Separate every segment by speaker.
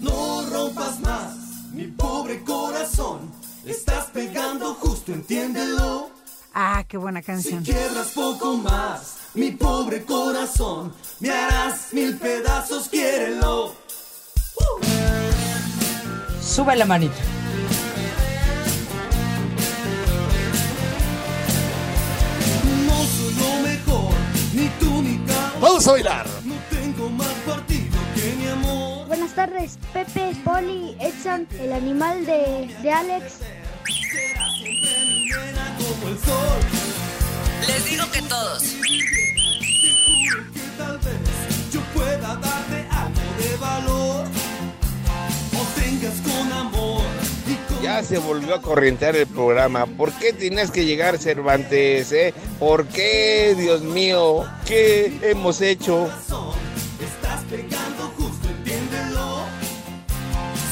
Speaker 1: No rompas más, mi pobre corazón. Le estás pegando justo, entiéndelo.
Speaker 2: Ah, qué buena canción.
Speaker 1: Si quiebras poco más, mi pobre corazón. Me harás mil pedazos, quiérelo.
Speaker 3: Sube la manita.
Speaker 1: No soy lo mejor, ni tú ni tal.
Speaker 4: Vamos a bailar.
Speaker 1: No tengo más partido que mi amor.
Speaker 5: Buenas tardes, Pepe, Poli, Edson, el animal de, de Alex.
Speaker 1: Como el sol,
Speaker 6: Les digo que todos.
Speaker 1: que tal vez yo pueda darte algo de valor. O tengas con amor y con
Speaker 7: Ya se volvió a corrientear el programa. ¿Por qué tienes que llegar, Cervantes? eh? ¿Por qué, Dios mío? ¿Qué hemos hecho?
Speaker 1: razón. Estás pegando justo, entiéndelo.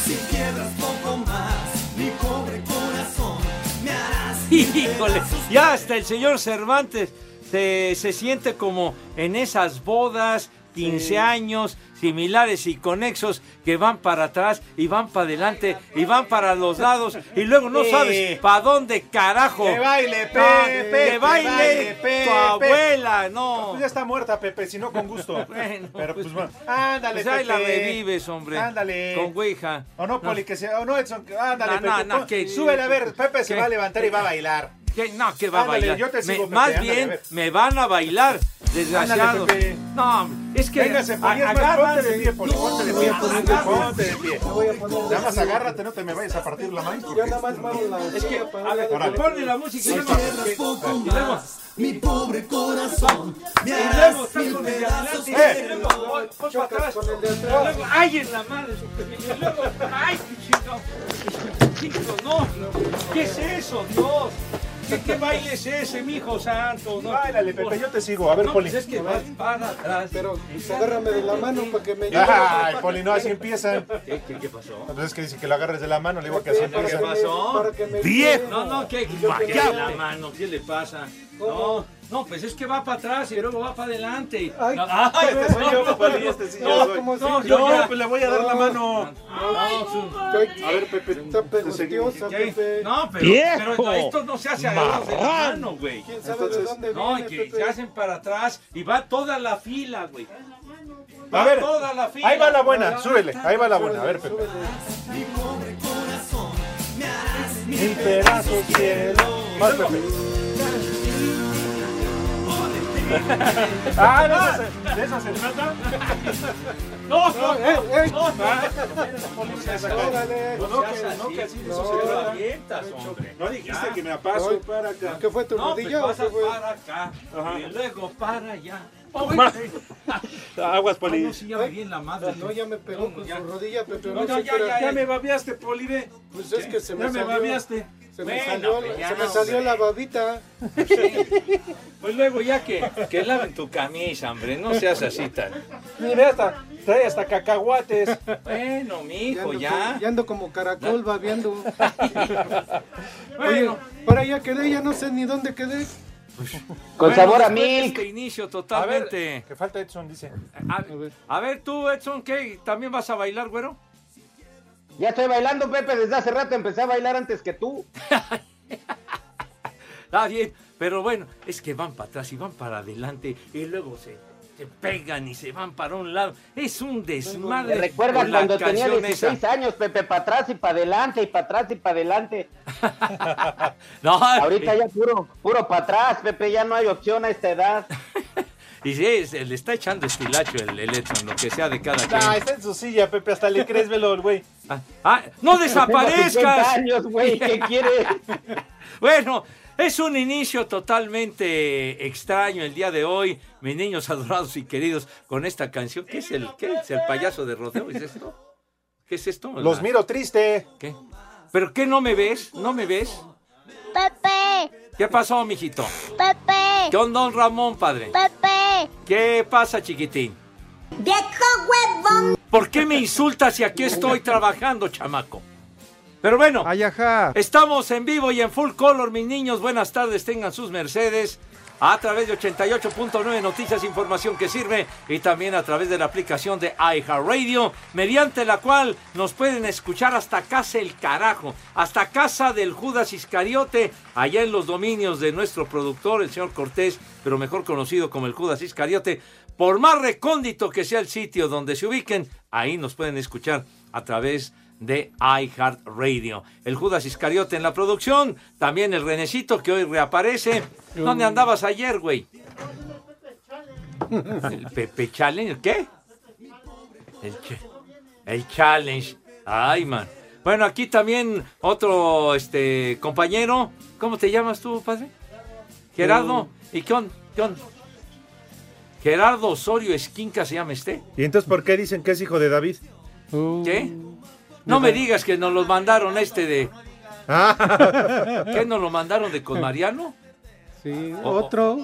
Speaker 1: Si quiebras poco más, mi pobre corazón, me harás
Speaker 8: Híjole, ya hasta el señor Cervantes se, se siente como en esas bodas, 15 años, similares y conexos que van para atrás y van para adelante y van para los lados y luego no
Speaker 9: Sí.
Speaker 8: sabes para dónde carajo.
Speaker 9: Que baile,
Speaker 8: No,
Speaker 9: Pepe,
Speaker 8: que baile, tu abuela,
Speaker 9: Pues
Speaker 8: no.
Speaker 9: Ya está muerta, Pepe, si no con gusto.
Speaker 8: Bueno,
Speaker 9: Pero pues
Speaker 8: pues,
Speaker 9: bueno. Ándale,
Speaker 8: Pues ahí la
Speaker 9: Pepe.
Speaker 8: revives, hombre.
Speaker 9: Ándale.
Speaker 8: Con Ouija.
Speaker 9: O no, Poli, que se. O no, Edson, que-
Speaker 8: No,
Speaker 9: ándale,
Speaker 8: no,
Speaker 9: Pepe.
Speaker 8: no,
Speaker 9: pon-
Speaker 8: que-
Speaker 9: Súbele a ver, Pepe se
Speaker 8: que-
Speaker 9: va a levantar y va a bailar.
Speaker 8: Que no, que va
Speaker 9: Ándale,
Speaker 8: a bailar.
Speaker 9: yo te
Speaker 8: Me-
Speaker 9: sigo, Pepe,
Speaker 8: más
Speaker 9: ándale, a
Speaker 8: bien
Speaker 9: ver.
Speaker 8: me van a bailar, desgraciado.
Speaker 9: Ándale, Pepe.
Speaker 8: no, hombre, es que
Speaker 9: Véngase, Poli,
Speaker 8: a-
Speaker 9: es más,
Speaker 8: agarran-
Speaker 9: ponte de pie, Poli, ponte de pie.
Speaker 8: agarran-
Speaker 9: Ponte de pie. Nada más agárrate, no te me vayas a partir la mano. Yo nada más
Speaker 8: Es que, a ver,
Speaker 9: Órale.
Speaker 8: ponle la música y
Speaker 1: Si
Speaker 8: luego-
Speaker 1: quiebras poco
Speaker 8: y luego-
Speaker 1: más, mi pobre corazón, me
Speaker 8: y luego
Speaker 1: harás
Speaker 8: saco
Speaker 1: mil
Speaker 8: de
Speaker 1: pedazos.
Speaker 8: adelante, Eh.
Speaker 1: quiérelo.
Speaker 8: y luego voy- voy para atrás, y luego, ay, en la madre, y luego, ay, chico, chico, no, ¿qué es eso, Dios? ¿Qué, qué baile es ese, mijo santo? No,
Speaker 9: Báilale, Pepe, yo te sigo. A ver,
Speaker 8: No,
Speaker 9: Poli.
Speaker 8: pues es que vas para atrás. Pero,
Speaker 10: Pues Agárrame de la mano para que me.
Speaker 9: Ay, Poli, no, así empiezan.
Speaker 8: ¿Qué, qué, qué pasó?
Speaker 9: Entonces es que dice que lo agarres de la mano, le digo que así
Speaker 10: Para que
Speaker 9: empiezan.
Speaker 10: me-
Speaker 8: pasó?
Speaker 10: Para que me.
Speaker 8: Diez. No, no, que vaya la mano, ¿qué le pasa? No,
Speaker 10: ¿Cómo?
Speaker 8: no, pues es que va para atrás y luego va para adelante.
Speaker 10: Ay,
Speaker 8: No,
Speaker 9: Este soy yo, Poli, este sí yo soy.
Speaker 10: ¿cómo así?
Speaker 8: no,
Speaker 9: Yo,
Speaker 8: yo ya-
Speaker 9: pues le voy a dar la mano.
Speaker 10: A ver, Pepe. Está pegostiosa,
Speaker 8: Este ¿Qué?
Speaker 10: Pepe.
Speaker 8: No, pero,
Speaker 4: ¡Viejo!
Speaker 8: pero esto no se hace a dedos de la mano, güey.
Speaker 10: ¿Quién sabe de dónde
Speaker 8: No,
Speaker 10: viene,
Speaker 8: que se
Speaker 10: Pepe?
Speaker 8: hacen para atrás y va toda la fila, güey. Va
Speaker 9: A ver,
Speaker 8: toda la fila.
Speaker 9: ahí va la buena, súbele, ahí va la buena. A ver, Pepe.
Speaker 10: Súbele.
Speaker 9: Mil pedazos cielo. Más Pepe. Ah, no, de eso se trata.
Speaker 8: No, no, no,
Speaker 10: Eh, eh.
Speaker 8: no,
Speaker 10: Órale.
Speaker 8: no, que- no, que así de eso se
Speaker 10: No.
Speaker 8: avientas, hombre.
Speaker 9: No dijiste
Speaker 8: Ya.
Speaker 9: que me la paso para acá.
Speaker 10: ¿Qué fue tu
Speaker 8: No, pues
Speaker 10: rodilla o
Speaker 8: vas
Speaker 10: qué fue?
Speaker 8: para acá y luego para allá. Oye,
Speaker 9: Aguas,
Speaker 8: ah, no,
Speaker 9: Poli.
Speaker 8: sí, ya me vi en la madre.
Speaker 10: No, ya me pegó
Speaker 8: No,
Speaker 10: con
Speaker 8: ya.
Speaker 10: su rodilla, Pepe.
Speaker 8: No,
Speaker 10: No,
Speaker 8: ya,
Speaker 10: sé
Speaker 8: ya,
Speaker 10: qué era.
Speaker 8: ya, ya.
Speaker 9: me babiaste, Poli, ve.
Speaker 10: Pues es que se me
Speaker 9: Ya me
Speaker 10: salió.
Speaker 9: babiaste.
Speaker 10: Se me
Speaker 8: Bueno,
Speaker 10: salió,
Speaker 8: pues ya,
Speaker 10: se me salió
Speaker 8: hombre.
Speaker 10: la babita.
Speaker 8: Pues luego ya que, que laven tu camisa, hombre, no seas así tan.
Speaker 9: Ni ve hasta, trae hasta cacahuates.
Speaker 8: Bueno, mijo,
Speaker 10: ando
Speaker 8: ya.
Speaker 10: como- ando como caracol babeando. Oye,
Speaker 8: Bueno,
Speaker 10: para allá quedé, ya no sé ni dónde quedé.
Speaker 8: bueno,
Speaker 3: Con sabor a
Speaker 8: después de
Speaker 3: milk.
Speaker 8: Este inicio
Speaker 9: A ver,
Speaker 8: totalmente.
Speaker 9: que falta Edson, dice.
Speaker 8: A ver, a ver, tú, Edson, ¿qué? ¿También vas a bailar, güero?
Speaker 3: Ya estoy bailando, Pepe, desde hace rato empecé a bailar antes que tú.
Speaker 8: Está Ah, bien, pero bueno, es que van para atrás y van para adelante y luego se, se pegan y se van para un lado. Es un
Speaker 3: ¿Te
Speaker 8: desmadre.
Speaker 3: recuerdas
Speaker 8: con la
Speaker 3: cuando tenía
Speaker 8: canción
Speaker 3: 16
Speaker 8: esa.
Speaker 3: años, Pepe, para atrás y para adelante, y para atrás y para adelante?
Speaker 8: No,
Speaker 3: Ahorita ya puro, puro para atrás, Pepe, ya no hay opción a esta edad.
Speaker 8: Y sí, se le está echando estilacho el, el Edson, lo que sea de cada quien.
Speaker 9: Ah, está en su silla, Pepe. Hasta le crees, velo, el güey.
Speaker 8: Ah, ah, ¡No
Speaker 3: Tengo 50
Speaker 8: desaparezcas!
Speaker 3: años, güey, ¿qué quieres?
Speaker 8: Bueno, es un inicio totalmente extraño el día de hoy, mis niños adorados y queridos, con esta canción. ¿Qué es el, qué es el payaso de rodeo? ¿Es esto? ¿Qué es esto?
Speaker 9: Los miro triste.
Speaker 8: ¿Qué? ¿Pero qué no me ves? ¿No me ves?
Speaker 5: Pepe,
Speaker 8: ¿Qué pasó, mijito?
Speaker 5: Pepe,
Speaker 8: ¿Qué onda, don Ramón, padre?
Speaker 5: Pepe.
Speaker 8: ¿Qué pasa, chiquitín?
Speaker 5: Viejo huevón.
Speaker 8: ¿Por qué me insultas si aquí estoy trabajando, chamaco? Pero bueno, estamos en vivo y en full color, mis niños. Buenas tardes, tengan sus Mercedes. A través de 88.9 Noticias, información que sirve. Y también a través de la aplicación de iHeartRadio, mediante la cual nos pueden escuchar hasta casa el carajo, hasta casa del Judas Iscariote, allá en los dominios de nuestro productor, el señor Cortés, pero mejor conocido como el Judas Iscariote. Por más recóndito que sea el sitio donde se ubiquen, ahí nos pueden escuchar a través de iHeartRadio. El Judas Iscariote en la producción, también el Renecito que hoy reaparece. ¿Dónde andabas ayer, güey? ¿El Pepe Challenge? ¿El qué? El, ch- el Challenge. Ay, man. Bueno, aquí también otro este compañero. ¿Cómo te llamas tú, padre? Gerardo. ¿Y qué on- qué on- Gerardo Osorio Esquinca se llama este.
Speaker 10: ¿Y entonces por qué dicen que es hijo de David?
Speaker 8: ¿Qué? No me digas que nos los mandaron este de.
Speaker 9: Ah.
Speaker 8: ¿Qué nos lo mandaron de con Mariano?
Speaker 4: Sí,
Speaker 8: O-
Speaker 4: otro.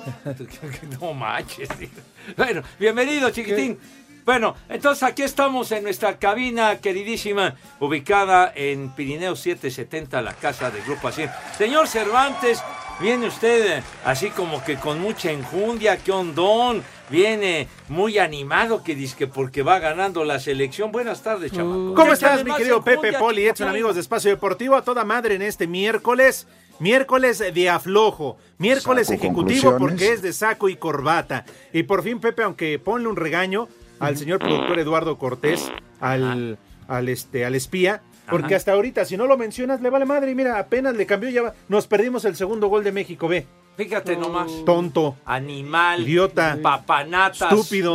Speaker 8: No manches. tío. Bueno, bienvenido, chiquitín. Bueno, entonces aquí estamos en nuestra cabina queridísima, ubicada en Pirineo 770, la casa de Grupo Asir. Señor Cervantes, viene usted eh, así como que con mucha enjundia, que hondón, viene muy animado, que dice que porque va ganando la selección. Buenas tardes,
Speaker 4: Mm.
Speaker 8: chamaco. Échale
Speaker 9: ¿Cómo estás, mi
Speaker 8: más
Speaker 9: querido
Speaker 8: enjundia,
Speaker 9: Pepe Poli? Edson,
Speaker 8: chiquitín.
Speaker 9: amigos de Espacio Deportivo, a toda madre en este miércoles. Miércoles de aflojo, miércoles
Speaker 10: Saco
Speaker 9: ejecutivo
Speaker 10: conclusiones.
Speaker 9: porque es de saco y corbata. Y por fin, Pepe, aunque ponle un regaño al señor productor Eduardo Cortés, al, al, este, al espía, porque
Speaker 10: Ajá.
Speaker 9: hasta ahorita, si no lo mencionas, le vale madre. Y mira, apenas le cambió, ya va- nos perdimos el segundo gol de México, ve.
Speaker 8: Fíjate nomás.
Speaker 9: Tonto,
Speaker 8: Animal.
Speaker 9: Idiota.
Speaker 8: Papanatas.
Speaker 9: estúpido,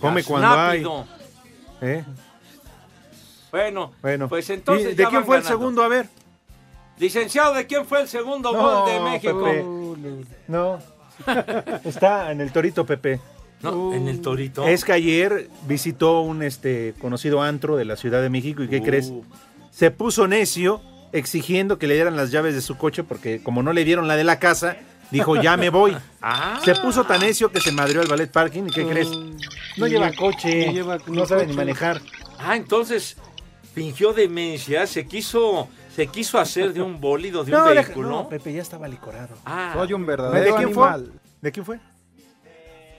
Speaker 9: come cuando hay.
Speaker 8: Snápido.
Speaker 9: ¿eh?
Speaker 8: Bueno,
Speaker 9: Bueno,
Speaker 8: pues
Speaker 9: ¿Y
Speaker 8: entonces.
Speaker 9: ¿de
Speaker 8: ya
Speaker 9: quién
Speaker 8: van
Speaker 9: fue el
Speaker 8: ganando.
Speaker 9: segundo? A ver.
Speaker 8: Licenciado, ¿de quién fue el segundo gol de México?
Speaker 9: Pepe. No. Está en el Torito, Pepe.
Speaker 8: No, en el Torito.
Speaker 9: Es que ayer visitó un este conocido antro de la Ciudad de México y ¿qué
Speaker 8: Uh.
Speaker 9: crees? Se puso necio exigiendo que le dieran las llaves de su coche porque como no le dieron la de la casa, dijo, "Ya me voy."
Speaker 8: Ah.
Speaker 9: Se puso tan necio que se madrió al ballet parking y ¿qué crees? No lleva Mm. coche,
Speaker 4: no lleva
Speaker 9: no sabe ni
Speaker 4: coche.
Speaker 9: manejar.
Speaker 8: Ah, entonces fingió demencia, se quiso, se quiso hacer de un bólido, de
Speaker 9: No,
Speaker 8: un
Speaker 9: deja-
Speaker 8: vehículo.
Speaker 9: no, Pepe ya estaba licorado.
Speaker 8: Ah.
Speaker 4: Soy un
Speaker 9: ¿De
Speaker 4: verdadero
Speaker 9: quién fue?
Speaker 4: animal.
Speaker 9: ¿De quién fue?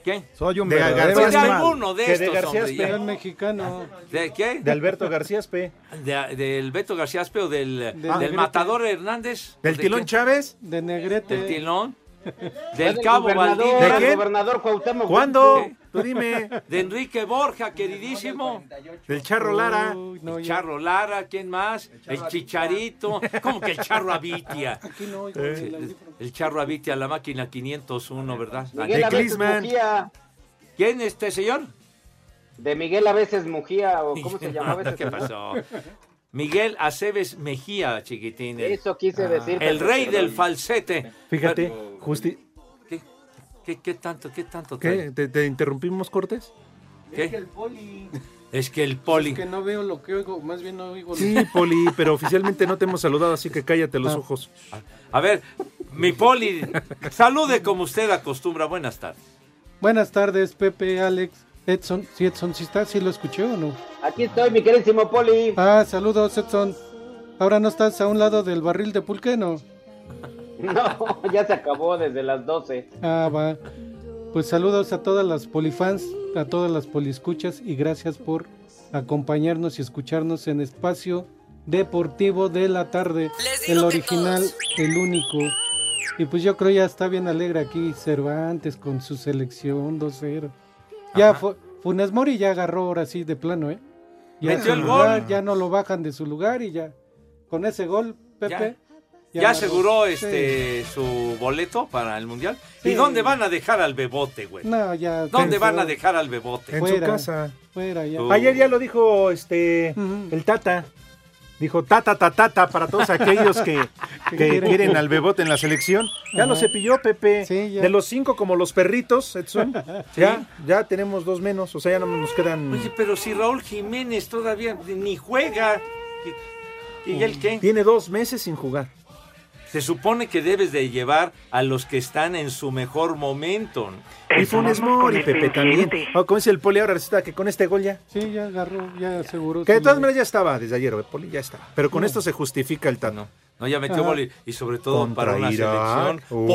Speaker 8: ¿Quién?
Speaker 4: Soy un
Speaker 9: De
Speaker 4: verdadero
Speaker 9: García
Speaker 4: animal.
Speaker 9: Espe-
Speaker 8: alguno de
Speaker 9: que
Speaker 8: estos,
Speaker 9: García
Speaker 8: hombre,
Speaker 9: Espe-
Speaker 4: Soy mexicano.
Speaker 8: ¿De qué?
Speaker 9: de Alberto García Espe.
Speaker 8: De- ¿Del Beto García Aspe o del, del
Speaker 4: Negrete.
Speaker 8: Matador Hernández?
Speaker 9: Ah. ¿Del
Speaker 8: ¿De
Speaker 9: Tilón
Speaker 8: quién?
Speaker 9: Chávez?
Speaker 4: De negrete.
Speaker 8: ¿Del Tilón?
Speaker 3: Fue
Speaker 8: ¿Del Cabo
Speaker 3: gobernador,
Speaker 8: Valdivia?
Speaker 9: ¿De
Speaker 3: ¿De
Speaker 9: quién?
Speaker 3: gobernador Cuauhtémoc.
Speaker 9: ¿Cuándo?
Speaker 8: ¿Qué?
Speaker 9: Tú dime.
Speaker 8: ¿De Enrique Borja, queridísimo?
Speaker 9: Del Charro Lara.
Speaker 4: Uy, no,
Speaker 8: El
Speaker 4: ya-
Speaker 8: Charro Lara, ¿quién más? El, Chicharito. ¿Cómo que el Charro Avitia?
Speaker 4: Aquí no, oigo
Speaker 9: Eh.
Speaker 4: el
Speaker 8: El,
Speaker 4: audífono.
Speaker 8: el Charro Avitia, la máquina 501, ¿verdad?
Speaker 3: Miguel a veces
Speaker 9: Clisman.
Speaker 3: Mujía.
Speaker 8: ¿Quién este señor?
Speaker 3: De Miguel a veces Mujía, o cómo se llamaba ese
Speaker 8: ¿Qué
Speaker 3: señor?
Speaker 8: pasó? Miguel Aceves Mejía, chiquitín. El,
Speaker 3: Eso quise
Speaker 9: Ah.
Speaker 3: decir.
Speaker 8: el
Speaker 3: Pepe,
Speaker 8: rey
Speaker 3: perdón.
Speaker 8: del falsete.
Speaker 9: Fíjate,
Speaker 4: Ah,
Speaker 9: justi
Speaker 8: ¿Qué, qué- qué tanto, qué tanto?
Speaker 9: ¿qué?
Speaker 8: trae?
Speaker 9: ¿Te, te interrumpimos, Cortés?
Speaker 8: ¿Qué? Es que el poli.
Speaker 4: Que no veo lo que oigo, más bien no oigo. lo-
Speaker 9: Sí, Poli, pero oficialmente no te hemos saludado, así que cállate los ojos.
Speaker 8: A ver, mi poli, salude como usted acostumbra. Buenas tardes.
Speaker 4: Buenas tardes, Pepe, Alex, Edson. Sí, Edson, si está, si lo escuché o no.
Speaker 3: Aquí estoy, mi queridísimo Poli.
Speaker 4: Ah, saludos, Edson. Ahora no estás a un lado del barril de pulque, ¿no?
Speaker 3: No, ya se acabó desde las 12.
Speaker 4: Ah, va. Pues saludos a todas las polifans, a todas las poliescuchas y gracias por acompañarnos y escucharnos en Espacio Deportivo de la Tarde.
Speaker 6: Les digo
Speaker 4: El
Speaker 6: que
Speaker 4: original,
Speaker 6: todos.
Speaker 4: el único. Y pues yo creo ya está bien alegre aquí Cervantes con su selección 2-0. Ya
Speaker 8: Ajá.
Speaker 4: fu- Funes Mori ya agarró ahora sí de plano, ¿eh? Ya,
Speaker 8: Metió
Speaker 4: su
Speaker 8: el
Speaker 4: lugar,
Speaker 8: gol.
Speaker 4: ya no lo bajan de su lugar y ya. Con ese gol, Pepe.
Speaker 8: Ya,
Speaker 4: agarró.
Speaker 8: aseguró
Speaker 4: Sí.
Speaker 8: este su boleto para el mundial. ¿Y
Speaker 4: Sí.
Speaker 8: dónde van a dejar al bebote, güey?
Speaker 4: No, ya.
Speaker 8: ¿Dónde
Speaker 4: pensó.
Speaker 8: van a dejar al bebote?
Speaker 9: En su
Speaker 4: Fuera.
Speaker 9: casa.
Speaker 4: Fuera ya.
Speaker 8: Tú.
Speaker 9: Ayer ya lo dijo este
Speaker 4: Ujú.
Speaker 9: el Tata. Dijo ta ta ta ta, ta para todos aquellos que, que
Speaker 4: quieren?
Speaker 9: quieren al bebote en la selección. Ya
Speaker 4: Ajá.
Speaker 9: lo cepilló Pepe.
Speaker 4: ya.
Speaker 9: De los cinco como los perritos, Edson.
Speaker 8: Sí.
Speaker 9: Ya, ya tenemos dos menos. O sea, ya no nos quedan.
Speaker 8: Oye, pero si Raúl Jiménez todavía ni Pues, juega. ¿y- ¿Y él qué?
Speaker 9: Mm. Tiene dos meses sin jugar.
Speaker 8: Se supone que debes de llevar a los que están en su mejor momento.
Speaker 9: Y Funes Mori, Pepe, también. O como dice el Poli ahora, resulta que con este gol ya.
Speaker 4: Sí, ya agarró, ya aseguró.
Speaker 9: Que de
Speaker 4: su-
Speaker 9: todas maneras ya estaba desde ayer, güey, Poli, ya estaba. Pero con
Speaker 4: No.
Speaker 9: esto se justifica el Tano.
Speaker 8: No, ya metió
Speaker 9: Ajá.
Speaker 8: gol y, y sobre todo
Speaker 9: Contra
Speaker 8: para una
Speaker 9: Irak.
Speaker 8: selección
Speaker 9: Uy,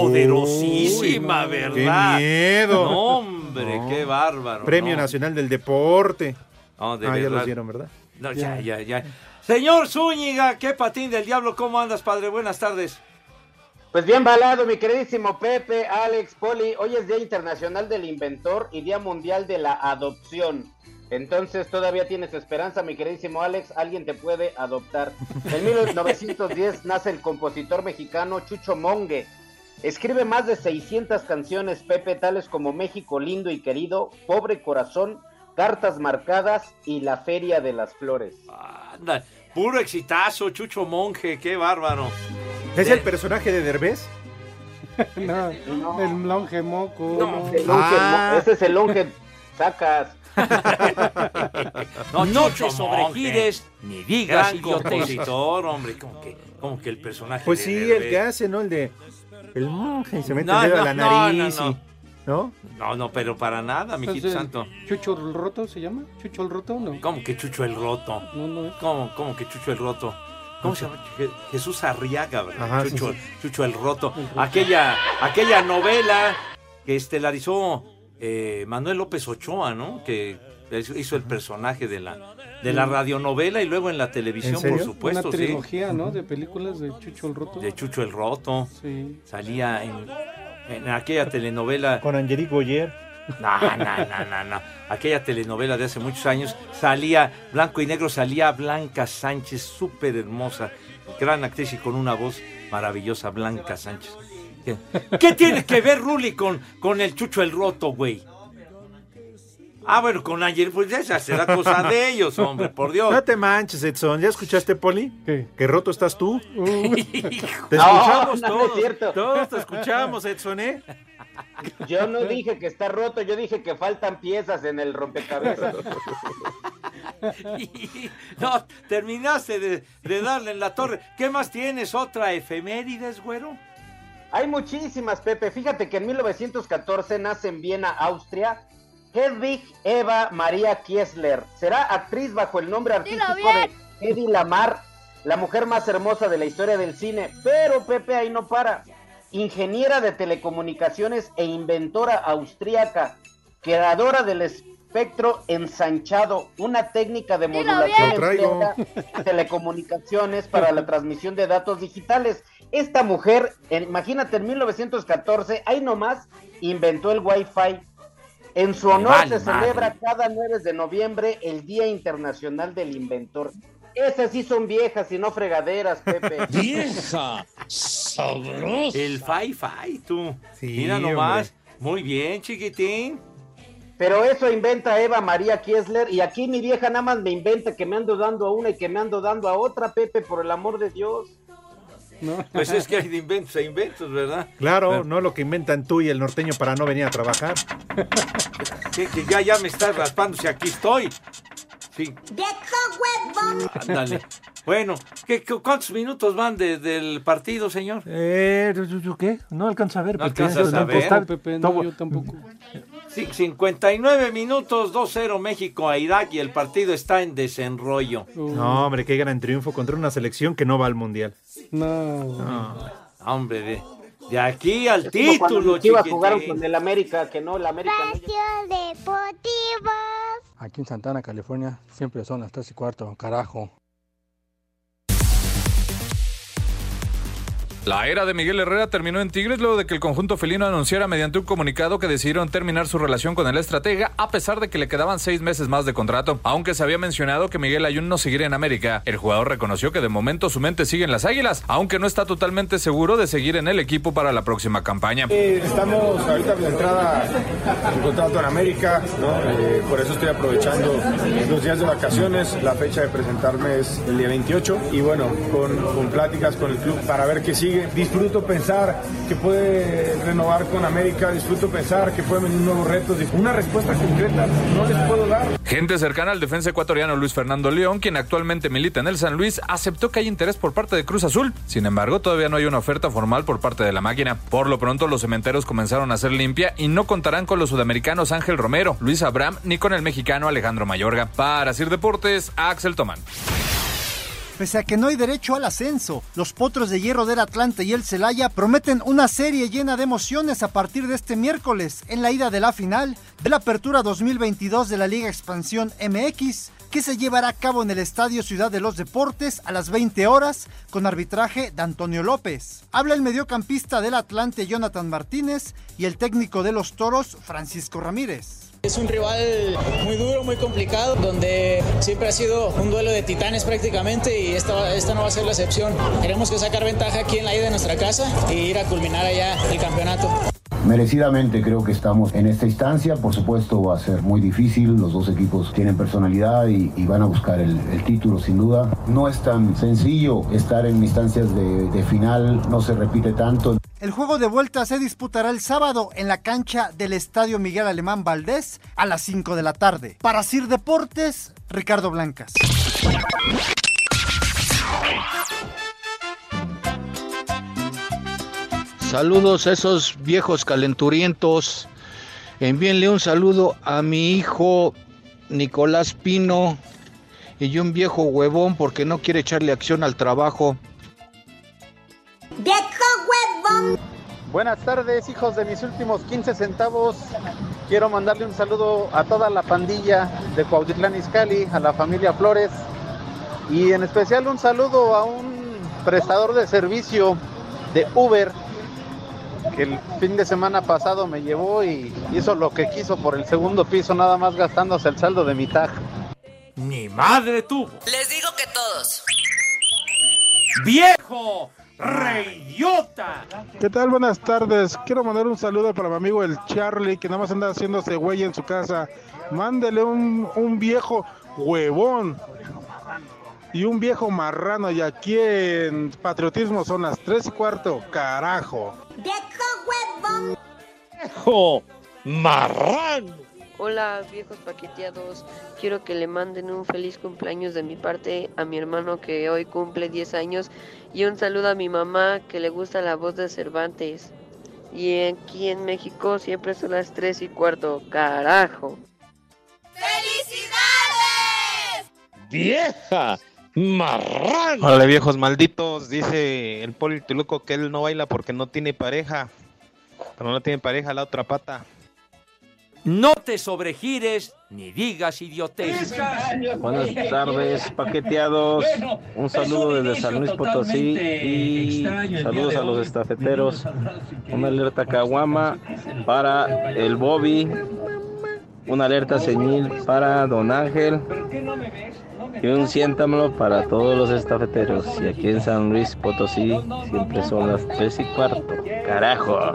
Speaker 8: poderosísima,
Speaker 9: no,
Speaker 8: ¿verdad?
Speaker 9: qué miedo.
Speaker 8: No, hombre,
Speaker 9: No.
Speaker 8: qué bárbaro.
Speaker 9: Premio
Speaker 8: no.
Speaker 9: Nacional del Deporte.
Speaker 8: No, de
Speaker 9: ah, ya
Speaker 8: verdad.
Speaker 9: los dieron, ¿verdad?
Speaker 8: No, ya, ya, ya. Señor Zúñiga, qué patín del diablo, ¿cómo andas, padre? Buenas tardes.
Speaker 3: Pues bien balado, mi queridísimo Pepe, Alex, Poli. Hoy es Día Internacional del Inventor y Día Mundial de la Adopción. Entonces todavía tienes esperanza, mi queridísimo Alex. Alguien te puede adoptar. En 1910 nace el compositor mexicano Chucho Mongue. Escribe más de 600 canciones, Pepe, tales como México lindo y querido, Pobre Corazón, Cartas Marcadas y La Feria de las Flores.
Speaker 8: Anda, puro exitazo, Chucho Monje, qué bárbaro.
Speaker 9: ¿Es el personaje de Derbez?
Speaker 4: No, el longe moco.
Speaker 3: No, el longe mo- ese es el longe sacas.
Speaker 8: No,
Speaker 3: No
Speaker 8: Chucho
Speaker 3: te
Speaker 8: sobregires,
Speaker 3: sobregires,
Speaker 8: ni digas Gran
Speaker 3: idioteces.
Speaker 8: compositor, hombre, como que, como que el personaje
Speaker 9: Pues
Speaker 8: de
Speaker 9: sí,
Speaker 8: Derbez.
Speaker 9: el que hace, ¿no? El de. El monje y se mete
Speaker 8: No,
Speaker 9: el dedo
Speaker 8: no,
Speaker 9: a la
Speaker 8: no,
Speaker 9: nariz.
Speaker 8: no,
Speaker 9: y- ¿No?
Speaker 8: No, no, pero para nada, mijito
Speaker 4: Entonces,
Speaker 8: santo.
Speaker 4: ¿Chucho el roto se llama? ¿Chucho el roto? No.
Speaker 8: ¿Cómo que Chucho el Roto?
Speaker 4: No, no es.
Speaker 8: ¿Cómo, cómo que Chucho el Roto? ¿Cómo se llama? Je- Jesús Arriaga, ¿verdad?
Speaker 4: Ajá,
Speaker 8: Chucho,
Speaker 4: sí,
Speaker 8: Chucho el Roto. Aquella, aquella novela que estelarizó eh, Manuel López Ochoa, ¿no? Que es- hizo el personaje de la, de la radionovela y luego en la televisión,
Speaker 4: Mm. ¿En
Speaker 8: por
Speaker 4: serio?
Speaker 8: supuesto,
Speaker 4: Una
Speaker 8: sí.
Speaker 4: trilogía, ¿no? De películas de Chucho el roto.
Speaker 8: De Chucho el Roto.
Speaker 4: Sí.
Speaker 8: Salía en, en aquella telenovela
Speaker 9: Con Angelique Boyer.
Speaker 8: no, no, no, no, no. Aquella telenovela de hace muchos años salía blanco y negro, salía Blanca Sánchez, súper hermosa, gran actriz y con una voz maravillosa, Blanca Sánchez. ¿Qué, qué tiene que ver Ruli con, con el Chucho el Roto, güey? Ah, bueno, con ayer, pues esa será cosa de ellos, hombre, por Dios.
Speaker 9: No te manches, Edson. ¿Ya escuchaste, Poli?
Speaker 4: ¿Qué?
Speaker 9: ¿Qué roto estás tú? Te
Speaker 3: No,
Speaker 9: escuchamos
Speaker 3: no, no es
Speaker 9: todos.
Speaker 3: cierto.
Speaker 9: Todos te escuchamos, Edson, ¿eh?
Speaker 3: Yo no dije que está roto, yo dije que faltan piezas en el rompecabezas.
Speaker 8: No, terminaste de, de darle en la torre. ¿Qué más tienes? ¿Otra efemérides, güero?
Speaker 3: Hay muchísimas, Pepe. Fíjate que en 1914 nace en Viena, Austria, Hedwig Eva María Kiesler. Será actriz bajo el nombre artístico de Hedy Lamar, la mujer más hermosa de la historia del cine. Pero Pepe ahí no para. Ingeniera de telecomunicaciones e inventora austríaca, creadora del espectro ensanchado, una técnica de modulación
Speaker 9: Lo traigo.
Speaker 3: empleada telecomunicaciones para la transmisión de datos digitales. Esta mujer, en- imagínate, en 1914, ahí nomás, inventó el Wi-Fi. En su
Speaker 8: Me
Speaker 3: honor
Speaker 8: vale
Speaker 3: se celebra
Speaker 8: madre.
Speaker 3: cada 9 de noviembre el Día Internacional del Inventor. Esas sí son viejas y no fregaderas, Pepe.
Speaker 1: ¡Vieja! ¡Sabrosa!
Speaker 8: El Fai Fai, tú.
Speaker 9: Sí,
Speaker 8: Mira nomás. Muy bien, chiquitín.
Speaker 3: Pero eso inventa Eva María Kiesler y aquí mi vieja nada más me inventa que me ando dando a una y que me ando dando a otra, Pepe, por el amor de Dios.
Speaker 8: Pues es que hay de inventos a inventos, ¿verdad?
Speaker 9: Claro, no lo que inventan tú y el norteño para no venir a trabajar.
Speaker 8: Que, que ya, ya me estás raspando si aquí estoy. Sí, ándale. Bueno, ¿qué, cu- cuántos minutos van de- del partido, señor?
Speaker 9: Eh, ¿yo- yo- yo ¿Qué? No alcanza a ver.
Speaker 8: No
Speaker 9: porque
Speaker 8: alcanzas
Speaker 9: eso
Speaker 8: a
Speaker 9: no
Speaker 8: ver.
Speaker 9: está-
Speaker 4: Pepe, no, yo tampoco.
Speaker 8: Sí, 59 minutos, 2-0 México a Irak y el partido está en desenrollo.
Speaker 9: No, hombre, qué gran triunfo contra una selección que no va al mundial.
Speaker 4: No.
Speaker 9: No.
Speaker 8: Ah, Hombre, de, de aquí al
Speaker 3: Es como cuando
Speaker 8: título,
Speaker 3: los Chivas jugaron con
Speaker 8: chiquitín.
Speaker 3: el América, que no, el América no.
Speaker 5: Deportivo.
Speaker 11: Aquí en Santana, California, siempre son las 3 y cuarto, carajo.
Speaker 12: La era de Miguel Herrera terminó en Tigres luego de que el conjunto felino anunciara mediante un comunicado que decidieron terminar su relación con el estratega a pesar de que le quedaban seis meses más de contrato. Aunque se había mencionado que Miguel Ayun no seguiría en América, el jugador reconoció que de momento su mente sigue en las Águilas, aunque no está totalmente seguro de seguir en el equipo para la próxima campaña.
Speaker 13: Eh, estamos ahorita con la entrada del contrato en América, ¿no? Eh, por eso estoy aprovechando los días de vacaciones. La fecha de presentarme es el día 28 y bueno, con, con pláticas con el club para ver qué sigue. Disfruto pensar que puede renovar con América, disfruto pensar que pueden venir nuevos retos. Una respuesta concreta no les puedo dar.
Speaker 12: Gente cercana al defensa ecuatoriano Luis Fernando León, quien actualmente milita en el San Luis, aceptó que hay interés por parte de Cruz Azul. Sin embargo, todavía no hay una oferta formal por parte de la máquina. Por lo pronto, los cementeros comenzaron a ser limpia y no contarán con los sudamericanos Ángel Romero, Luis Abraham ni con el mexicano Alejandro Mayorga. Para Sir Deportes, Axel Tomán.
Speaker 14: Pese a que no hay derecho al ascenso, los potros de hierro del Atlante y el Celaya prometen una serie llena de emociones a partir de este miércoles en la ida de la final de la apertura 2022 de la Liga Expansión MX, que se llevará a cabo en el Estadio Ciudad de los Deportes a las 20 horas con arbitraje de Antonio López. Habla el mediocampista del Atlante Jonathan Martínez y el técnico de los Toros Francisco Ramírez.
Speaker 15: Es un rival muy duro, muy complicado, donde siempre ha sido un duelo de titanes prácticamente y esta, esta no va a ser la excepción. Tenemos que sacar ventaja aquí en la ida de nuestra casa e ir a culminar allá el campeonato.
Speaker 16: Merecidamente creo que estamos en esta instancia, por supuesto va a ser muy difícil, los dos equipos tienen personalidad y, y van a buscar el, el, título sin duda. No es tan sencillo estar en instancias de, de final, no se repite tanto.
Speaker 14: El juego de vuelta se disputará el sábado en la cancha del Estadio Miguel Alemán Valdés a las 5 de la tarde. Para Sir Deportes, Ricardo Blancas.
Speaker 1: Saludos a esos viejos calenturientos. Envíenle un saludo a mi hijo Nicolás Pino y un viejo huevón porque no quiere echarle acción al trabajo.
Speaker 7: ¡Viejo huevón! Buenas tardes, hijos de mis últimos 15 centavos. Quiero mandarle un saludo a toda la pandilla de Cuautitlán Izcalli, a la familia Flores y en especial un saludo a un prestador de servicio de Uber que el fin de semana pasado me llevó y hizo lo que quiso por el segundo piso, nada más gastándose el saldo de mi tag.
Speaker 8: ¡Ni madre tuvo!
Speaker 17: Les digo que todos.
Speaker 8: ¡Viejo! ¡Reyota!
Speaker 4: ¿Qué tal? Buenas tardes. Quiero mandar un saludo para mi amigo el Charlie, que nada más anda haciéndose güey en su casa. Mándele un, un viejo huevón y un viejo marrano. Y aquí en Patriotismo son las tres y cuarto. Carajo.
Speaker 7: Viejo
Speaker 8: Viejo marrano.
Speaker 18: Hola viejos paqueteados, quiero que le manden un feliz cumpleaños de mi parte a mi hermano que hoy cumple 10 años y un saludo a mi mamá que le gusta la voz de Cervantes. Y aquí en México siempre son las 3 y cuarto, carajo.
Speaker 7: ¡Felicidades!
Speaker 19: ¡Vieja! Marrano.
Speaker 1: Hola viejos malditos, dice el Poli Tuluco que él no baila porque no tiene pareja. Cuando no tiene pareja, la otra pata.
Speaker 8: No te sobregires ni digas idiotez.
Speaker 3: Buenas tardes, paqueteados. Un saludo desde San Luis Potosí y saludos a los estafeteros. Una alerta caguama para el Bobby. Una alerta señil para Don Ángel. Y un siéntamelo para todos los estafeteros. Y aquí en San Luis Potosí siempre son las 3 y cuarto. Carajo.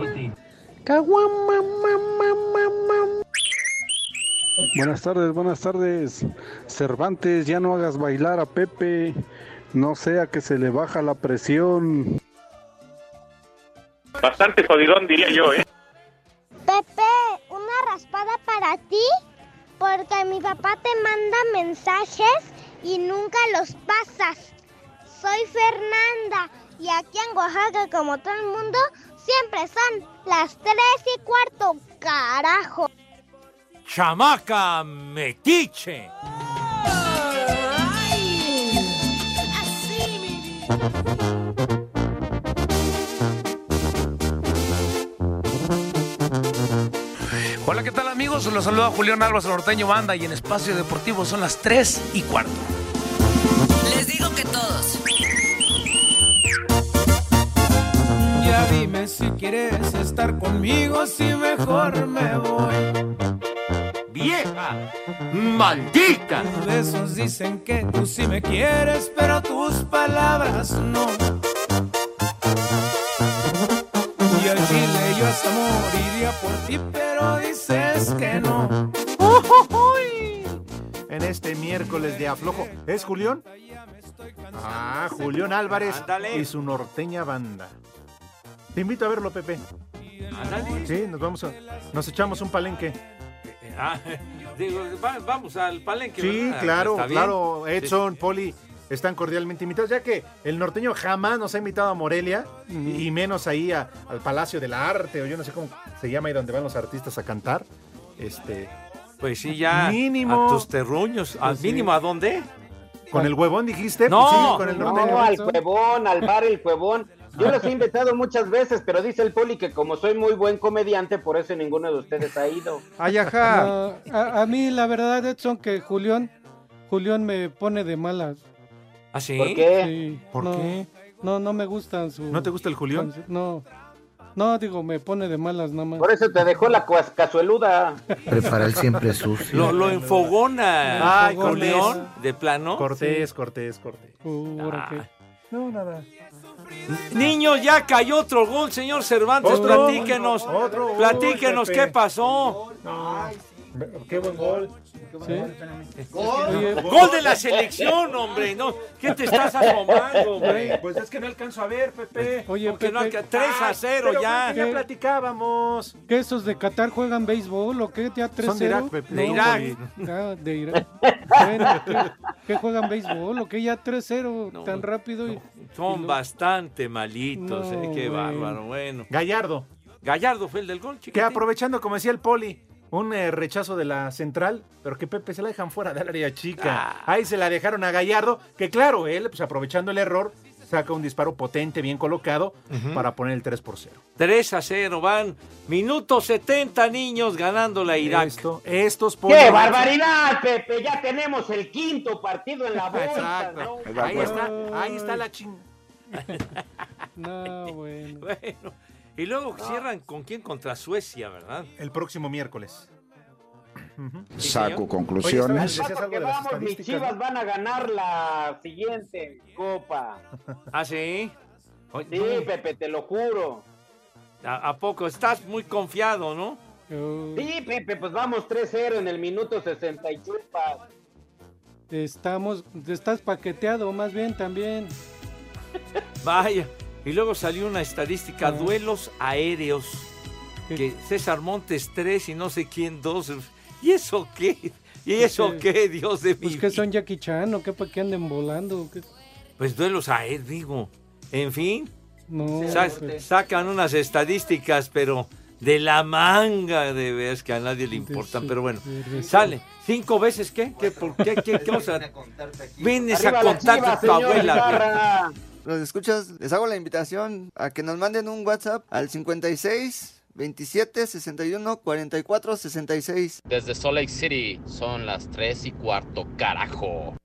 Speaker 4: Buenas tardes, buenas tardes. Cervantes, ya no hagas bailar a Pepe. No sea que se le baja la presión.
Speaker 20: Bastante jodidón, diría yo, ¿eh?
Speaker 5: Pepe, una raspada para ti. Porque mi papá te manda mensajes y nunca los pasas. Soy Fernanda y aquí en Oaxaca, como todo el mundo, siempre son las 3 y cuarto. ¡Carajo!
Speaker 8: ¡Chamaca metiche!
Speaker 7: Ay, así mi
Speaker 21: Hola, ¿qué tal amigos? Los saluda Julián Álvarez Norteño Banda y en Espacio Deportivo son las 3 y cuarto.
Speaker 17: Les digo que todos.
Speaker 22: Dime si quieres estar conmigo, si mejor me voy.
Speaker 23: ¡Vieja! ¡Maldita!
Speaker 22: Tus besos dicen que tú sí me quieres, pero tus palabras no. Y al chile yo hasta moriría por ti, pero dices que no.
Speaker 9: En este miércoles de aflojo. ¿Es Julián? Ah, Julián Álvarez y su norteña banda. Te invito a verlo, Pepe. Sí, nos vamos a, nos echamos un palenque.
Speaker 8: Ah, digo, va- vamos al palenque.
Speaker 9: Sí,
Speaker 8: ¿verdad?
Speaker 9: claro,
Speaker 8: Está bien.
Speaker 9: claro.
Speaker 8: Sí.
Speaker 9: Edson, Poli, están cordialmente invitados, ya que el norteño jamás nos ha invitado a Morelia, y menos ahí a- al Palacio del Arte, o yo no sé cómo se llama, ahí donde van los artistas a cantar. Este,
Speaker 8: Pues sí, ya.
Speaker 9: Mínimo.
Speaker 8: A tus terruños. Al
Speaker 9: Pues sí.
Speaker 8: mínimo, ¿a dónde?
Speaker 9: ¿Con el huevón dijiste? pues
Speaker 8: No.
Speaker 9: Sí, con el
Speaker 3: No,
Speaker 9: norteño.
Speaker 3: al cuevón, al bar el cuevón. Yo los he invitado muchas veces, pero dice el poli que como soy muy buen comediante, por eso ninguno de ustedes ha ido.
Speaker 9: Ay, ajá.
Speaker 4: No, a, a mí la verdad, Edson, que Julián, Julián me pone de malas.
Speaker 8: ¿Ah, sí?
Speaker 3: ¿Por qué?
Speaker 4: Sí,
Speaker 9: ¿Por
Speaker 4: no,
Speaker 9: qué?
Speaker 4: No, no me gustan su...
Speaker 9: ¿No te gusta el Julián?
Speaker 4: canci- No, no, digo, me pone de malas nada más.
Speaker 3: Por eso te dejó la cuas- cazueluda.
Speaker 10: Prepara el siempre sucio.
Speaker 8: Lo, lo enfogona.
Speaker 9: Ay,
Speaker 8: con
Speaker 9: Cortés.
Speaker 8: León, de plano.
Speaker 9: Cortés, Cortés, Cortés.
Speaker 8: Ah.
Speaker 9: No, nada.
Speaker 8: Niños, ya cayó otro gol, señor Cervantes.
Speaker 9: Otro.
Speaker 8: platíquenos.
Speaker 9: Otro gol,
Speaker 8: platíquenos
Speaker 9: Pepe.
Speaker 8: qué pasó.
Speaker 9: Qué buen gol.
Speaker 8: Oye, Gol de la selección, hombre. No, ¿Qué te estás asomando, hombre?
Speaker 9: Pues es que no alcanzo a ver, Pepe.
Speaker 4: Oye,
Speaker 8: Porque no
Speaker 4: Pepe.
Speaker 8: alca- 3 a 0
Speaker 9: pero
Speaker 8: ya.
Speaker 9: pues ya platicábamos.
Speaker 4: ¿Qué esos de Qatar juegan béisbol o qué? ¿Ya 3-0?
Speaker 8: Son de Irak, Pepe. De
Speaker 4: No,
Speaker 8: Irak.
Speaker 4: güey. Ah, de Irak. Bueno, ¿qué, qué juegan béisbol o qué? Ya 3-0 tan rápido. Y,
Speaker 8: Son bastante malitos,
Speaker 4: No,
Speaker 8: eh,
Speaker 4: güey.
Speaker 8: qué bárbaro. Bueno.
Speaker 9: Gallardo.
Speaker 8: Gallardo fue el del gol,
Speaker 9: Que
Speaker 8: chiquitín.
Speaker 9: aprovechando, como decía el Poli, un eh, rechazo de la central, pero que Pepe se la dejan fuera del área chica. Ahí se la dejaron a Gallardo, que claro, él, pues aprovechando el error, saca un disparo potente, bien colocado, para poner el 3 por 0.
Speaker 8: 3 a 0 van. Minuto 70, niños, ganando la Irak.
Speaker 9: estos
Speaker 3: ¡Qué barbaridad, Pepe! Ya tenemos el quinto partido en la bolsa.
Speaker 9: Exacto.
Speaker 3: ¿no?
Speaker 9: Ahí
Speaker 3: pues.
Speaker 9: está, ahí está la ching.
Speaker 4: No, bueno.
Speaker 8: Bueno, y luego cierran con quién contra Suecia, ¿verdad?
Speaker 9: El próximo miércoles.
Speaker 10: Saco
Speaker 22: Pues,
Speaker 3: Oye,
Speaker 10: conclusiones.
Speaker 3: ¿sabes por qué vamos, mis chivas van a ganar la siguiente copa.
Speaker 8: ¿Ah, sí?
Speaker 3: Sí, Pepe, te lo juro.
Speaker 8: ¿A, a poco? Estás muy confiado, ¿no?
Speaker 3: Sí, Pepe, pues vamos 3-0 en el minuto 60 y chupas.
Speaker 4: Estamos, estás paqueteado más bien también.
Speaker 8: Vaya. Y luego salió una
Speaker 4: Ah.
Speaker 8: estadística, duelos aéreos. Que César Montes 3 y no sé quién 2. ¿Y eso qué? ¿Y eso
Speaker 4: Pues, eh,
Speaker 8: qué, Dios de mi
Speaker 4: Pues que son Jackie Chan o qué, para que anden volando. o qué?
Speaker 8: Pues duelos a él, digo. En fin,
Speaker 4: No,
Speaker 8: sa-
Speaker 4: pues,
Speaker 8: sacan unas estadísticas, pero de la manga de veras que a nadie le importan.
Speaker 4: su-
Speaker 8: Pero bueno,
Speaker 4: de su-
Speaker 8: sale. ¿Cinco veces qué? ¿Qué? ¿Por qué? ¿Qué? ¿Qué? O sea, Vienes a
Speaker 10: Arriba las
Speaker 8: contarte a
Speaker 10: chivas,
Speaker 8: tu
Speaker 10: señor
Speaker 8: abuela.
Speaker 10: Ibarra. Los escuchas, les hago la invitación a que nos manden un WhatsApp al 56 27 61 44 66.
Speaker 1: Desde Salt Lake City son las 3 y cuarto, carajo.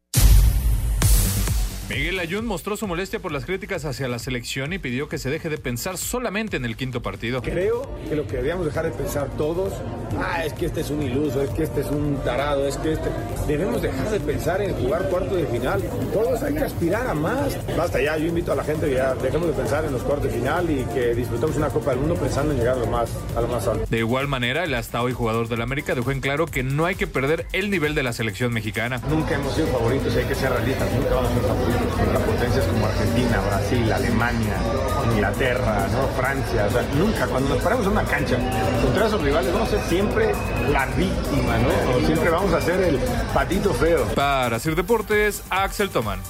Speaker 12: Miguel Ayun mostró su molestia por las críticas hacia la selección y pidió que se deje de pensar solamente en el quinto partido.
Speaker 13: Creo que lo que deberíamos dejar de pensar todos, ah, es que este es un iluso, es que este es un tarado, es que este... Debemos dejar de pensar en jugar cuartos de final. Todos hay que aspirar a más. Basta ya, yo invito a la gente, ya dejemos de pensar en los cuartos de final y que disfrutemos una Copa del Mundo pensando en llegar a lo más, a lo más alto.
Speaker 12: De igual manera, el hasta hoy jugador del América dejó en claro que no hay que perder el nivel de la selección mexicana.
Speaker 13: Nunca hemos sido favoritos, hay que ser realistas, nunca vamos a ser favoritos contra potencias como Argentina, Brasil, Alemania, Inglaterra, ¿no? Francia, o sea, nunca, cuando nos paramos en una cancha contra esos rivales vamos a ser siempre la víctima, ¿no? O siempre vamos a ser el patito feo.
Speaker 12: Para Sir Deportes, Axel Toman.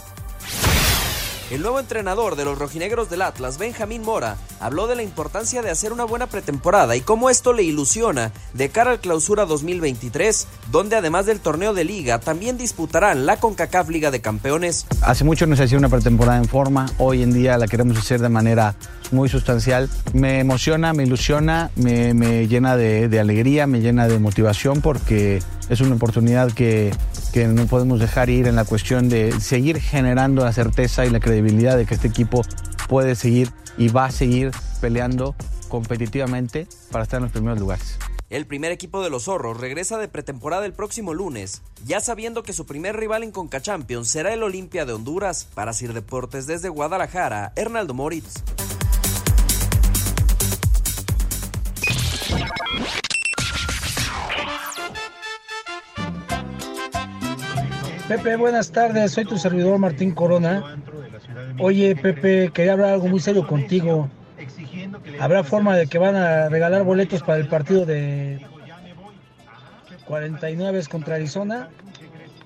Speaker 2: El nuevo entrenador de los rojinegros del Atlas, Benjamín Mora, habló de la importancia de hacer una buena pretemporada y cómo esto le ilusiona de cara al clausura 2023, donde además del torneo de liga también disputarán la CONCACAF Liga de Campeones.
Speaker 7: Hace mucho no se hacía una pretemporada en forma, hoy en día la queremos hacer de manera muy sustancial. Me emociona, me ilusiona, me, me llena de, de alegría, me llena de motivación porque es una oportunidad que, que no podemos dejar ir en la cuestión de seguir generando la certeza y la credibilidad de que este equipo puede seguir y va a seguir peleando competitivamente para estar en los primeros lugares.
Speaker 2: El primer equipo de los zorros regresa de pretemporada el próximo lunes, ya sabiendo que su primer rival en Conca Champions será el Olimpia de Honduras. Para Sir Deportes desde Guadalajara, Hernaldo Moritz.
Speaker 1: Pepe, buenas tardes. Soy tu servidor Martín Corona. Oye, Pepe, quería hablar algo muy serio contigo. ¿Habrá forma de que van a regalar boletos para el partido de 49 contra Arizona?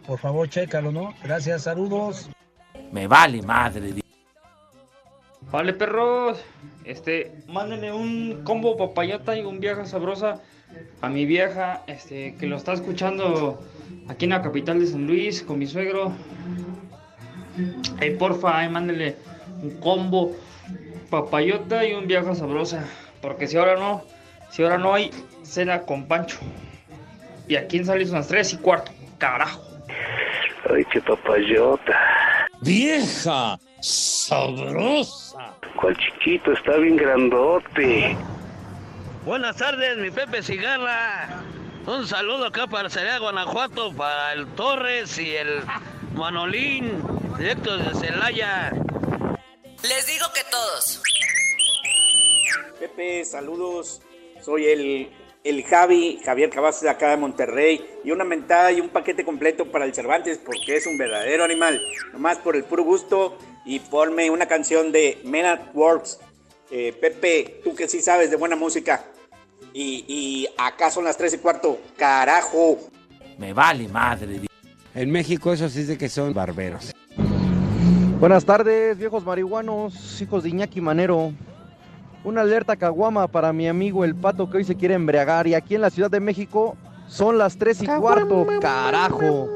Speaker 1: Por favor, chécalo, ¿no? Gracias, saludos.
Speaker 8: Me vale madre. di-
Speaker 24: Vale, perros. Este, mándenle un combo papayota y un vieja sabrosa a mi vieja, este, que lo está escuchando aquí en la capital de San Luis con mi suegro. Ay, porfa, ay, mándenle un combo papayota y un vieja sabrosa, porque si ahora no, si ahora no hay cena con Pancho. Y aquí en San Luis son las 3 y cuarto, carajo.
Speaker 16: Ay, qué papayota.
Speaker 24: Vieja sabrosa.
Speaker 16: Cual chiquito, está bien grandote.
Speaker 25: Buenas tardes, mi Pepe Cigarra. Un saludo acá para Celaya, Guanajuato, para el Torres y el Manolín, directos de Celaya.
Speaker 10: Les digo que todos.
Speaker 3: Pepe, saludos. Soy el, el Javi, Javier Cavazos de acá de Monterrey. Y una mentada y un paquete completo para el Cervantes porque es un verdadero animal. Nomás por el puro gusto y ponme una canción de Men at Works. Eh, Pepe, tú que sí sabes de buena música. Y, y acá son las tres y cuarto. Carajo.
Speaker 8: Me vale madre. di-
Speaker 26: En México eso sí de que son barberos.
Speaker 27: Buenas tardes, viejos marihuanos, hijos de Iñaki Manero. Una alerta caguama para mi amigo el pato que hoy se quiere embriagar. Y aquí en la Ciudad de México son las 3 y cuarto. ¡Carajo!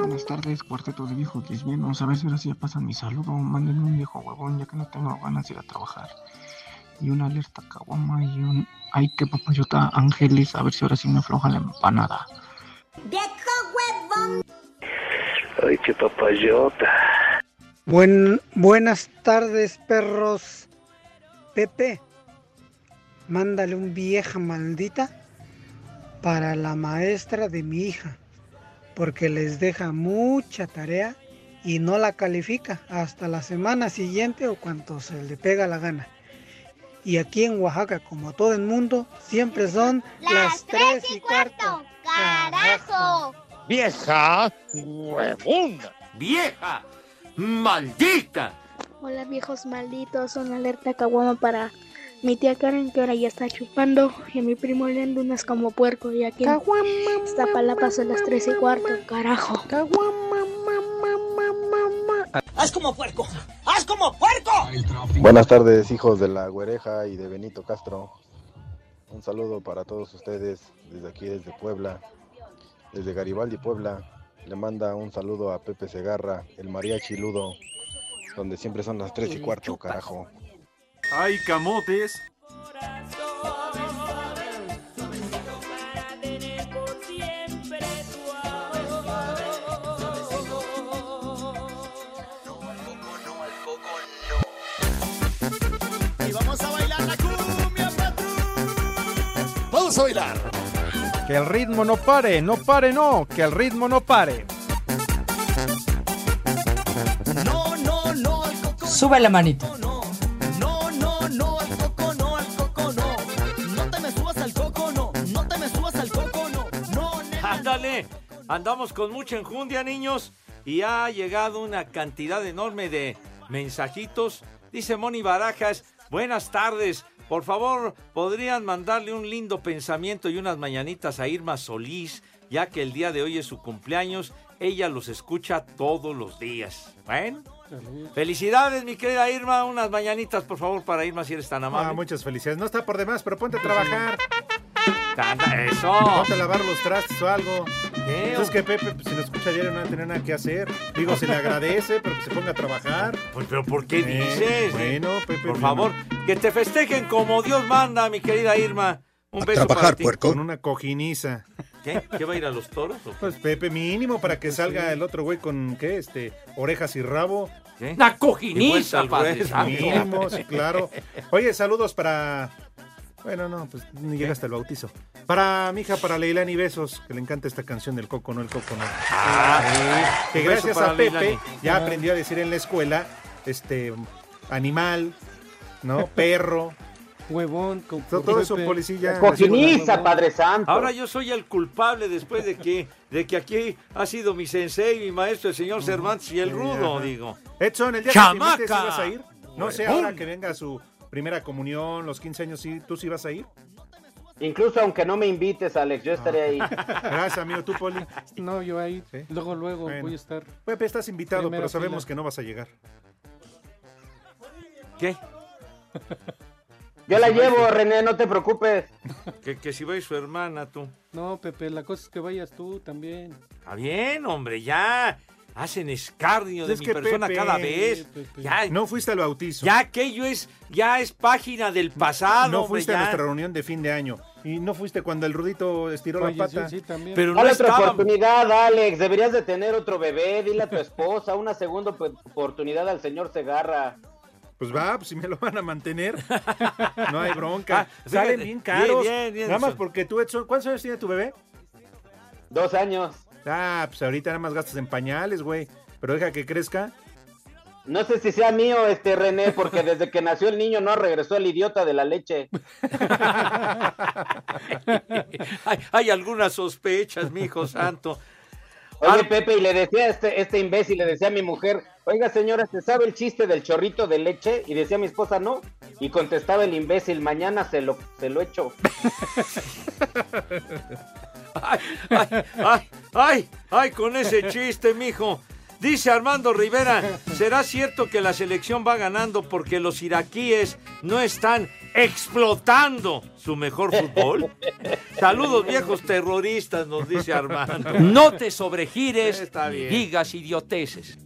Speaker 28: Buenas tardes, cuarteto de viejos lesbianos. A ver si ahora sí ya pasan mi saludo. Mándenme un viejo huevón, ya que no tengo ganas de ir a trabajar. Y una alerta caguama y un. ¡Ay, qué papayota, Ángeles! A ver si ahora sí me afloja la empanada.
Speaker 16: Ay, qué papayota.
Speaker 29: Buen, buenas tardes, perros. Pepe, mándale un vieja maldita para la maestra de mi hija, porque les deja mucha tarea y no la califica hasta la semana siguiente o cuanto se le pega la gana. Y aquí en Oaxaca, como todo el mundo, siempre son las tres y cuarto. ¡Carajo!
Speaker 30: Vieja huevona. Vieja maldita.
Speaker 22: Hola viejos malditos, una alerta caguama para mi tía Karen que ahora ya está chupando y a mi primo Leandro unas como puerco y aquí en Iztapalapa son las 3 y cuarto, carajo.
Speaker 27: ¡Haz como puerco! ¡Haz como puerco!
Speaker 22: Buenas tardes, hijos de la Güereja y de Benito Castro. Un saludo para todos ustedes desde aquí, desde Puebla, desde Garibaldi, Puebla. Le manda un saludo a Pepe Segarra, el mariachi ludo, donde siempre son las tres y cuarto, carajo.
Speaker 9: ¡Ay, camotes!
Speaker 18: Y vamos a bailar la cumbia, patrón. Vamos a bailar.
Speaker 26: Que el ritmo no pare, no pare, no, que el ritmo no pare.
Speaker 18: No, no, no, al coco.
Speaker 31: Sube la manita.
Speaker 18: No, no, no, al coco, no, al coco, no. No te me subas al coco, no. No te me subas al coco, no.
Speaker 8: Ándale, andamos con mucha enjundia, niños, y ha llegado una cantidad enorme de mensajitos. Dice Moni Barajas, buenas tardes. Por favor, podrían mandarle un lindo pensamiento y unas mañanitas a Irma Solís, ya que el día de hoy es su cumpleaños. Ella los escucha todos los días. Bueno, felicidades, mi querida Irma. Unas mañanitas, por favor, para Irma, si eres tan amable.
Speaker 9: Ah, muchas felicidades. No está por demás, pero ponte a trabajar.
Speaker 8: Anda, eso.
Speaker 9: Ponte a lavar los trastes o algo. Entonces
Speaker 8: o
Speaker 9: que Pepe, pues, si nos escucha ayer no va a tener nada que hacer. Digo, se le agradece, pero que se ponga a trabajar.
Speaker 8: Pues, pero ¿por ¿Qué dices?
Speaker 9: Bueno, Pepe.
Speaker 8: Por
Speaker 9: mira.
Speaker 8: favor, que te festejen como Dios manda, mi querida Irma. Un
Speaker 22: A
Speaker 8: beso
Speaker 22: trabajar,
Speaker 8: para ti.
Speaker 22: puerco.
Speaker 9: Con una cojiniza.
Speaker 8: ¿Qué? ¿Qué va a ir a los toros? o qué?
Speaker 9: Pues Pepe, mínimo para
Speaker 8: Pues
Speaker 9: que salga el otro güey con, ¿qué? Este, orejas y rabo.
Speaker 8: ¿Qué? ¡La cojiniza,
Speaker 9: Y vuelta al
Speaker 8: padre
Speaker 9: güey,
Speaker 8: santo!
Speaker 9: Mínimo, sí, claro. Oye, saludos para... Bueno, no, pues ni llega hasta el bautizo. Para mi hija, para Leilani Besos, que le encanta esta canción del Coco, no el Coco, no.
Speaker 8: Ah,
Speaker 9: que
Speaker 8: un beso
Speaker 9: gracias
Speaker 8: para
Speaker 9: a Pepe
Speaker 8: Leilani.
Speaker 9: ya
Speaker 8: Ah.
Speaker 9: aprendió a decir en la escuela, este, animal, ¿no? Perro.
Speaker 3: Huevón.
Speaker 9: Todo, todo eso, policía.
Speaker 8: Ahora yo soy el culpable después de que, de que aquí ha sido mi sensei, mi maestro, el señor Cervantes y el rudo,
Speaker 9: ajá.
Speaker 8: digo.
Speaker 9: Edson, el día
Speaker 8: ¡Chamaca!
Speaker 9: que te invites, ¿sí vas a ir? No sé,
Speaker 8: Huevón.
Speaker 9: ahora que venga a su primera comunión, los 15 años, ¿sí? ¿tú sí vas a ir?
Speaker 4: Incluso aunque no me invites, Alex, yo estaré ahí.
Speaker 9: Ah, Gracias, amigo. ¿Tú, Poli?
Speaker 3: No, yo ahí. Luego, luego
Speaker 9: Bueno.
Speaker 3: voy a estar.
Speaker 9: Pepe, estás invitado,
Speaker 3: Primera
Speaker 9: pero sabemos
Speaker 3: fila.
Speaker 9: que no vas a llegar.
Speaker 8: ¿Qué?
Speaker 4: Yo la llevo, René, no te preocupes.
Speaker 8: Que, que si va a ir su hermana, tú.
Speaker 3: No, Pepe, la cosa es que vayas tú también.
Speaker 8: Está bien, hombre, ya. Hacen escarnio de
Speaker 9: Es
Speaker 8: mi
Speaker 9: que
Speaker 8: persona
Speaker 9: Pepe-
Speaker 8: cada vez. Ya,
Speaker 9: No fuiste al bautizo.
Speaker 8: ya aquello es, ya es página del pasado.
Speaker 9: no
Speaker 8: hombre,
Speaker 9: fuiste a
Speaker 8: ya.
Speaker 9: nuestra reunión de fin de año. Y no fuiste cuando el Rudito estiró la
Speaker 3: Falleció,
Speaker 9: pata.
Speaker 3: sí, también.
Speaker 8: Pero
Speaker 4: Dale otra oportunidad, Alex. Deberías de tener otro bebé. Dile a tu esposa una segunda op- oportunidad al señor Segarra.
Speaker 9: Pues va, pues si me lo van a mantener. No hay bronca.
Speaker 4: Ah,
Speaker 9: Salen
Speaker 4: fíjate.
Speaker 9: bien caros.
Speaker 4: Bien, bien, bien,
Speaker 9: nada más
Speaker 4: Edson.
Speaker 9: porque tú, Edson, ¿cuántos años tiene tu bebé?
Speaker 4: Dos años.
Speaker 9: Ah, pues ahorita nada más gastas en pañales, güey. Pero deja que crezca.
Speaker 4: No sé si sea mío este René, porque desde que nació el niño no regresó el idiota de la leche.
Speaker 8: hay, hay algunas sospechas, mi hijo santo.
Speaker 4: Oye, Pepe, y le decía a este, este imbécil, le decía a mi mujer, oiga señora, ¿se sabe el chiste del chorrito de leche? Y decía mi esposa, no. Y contestaba el imbécil, mañana se lo, se lo echo.
Speaker 8: Ay, ay, ay, ay, con ese chiste, mijo. Dice Armando Rivera, ¿será cierto que la selección va ganando porque los iraquíes no están explotando su mejor fútbol? Saludos viejos terroristas, nos dice Armando. No te sobregires y digas idioteces.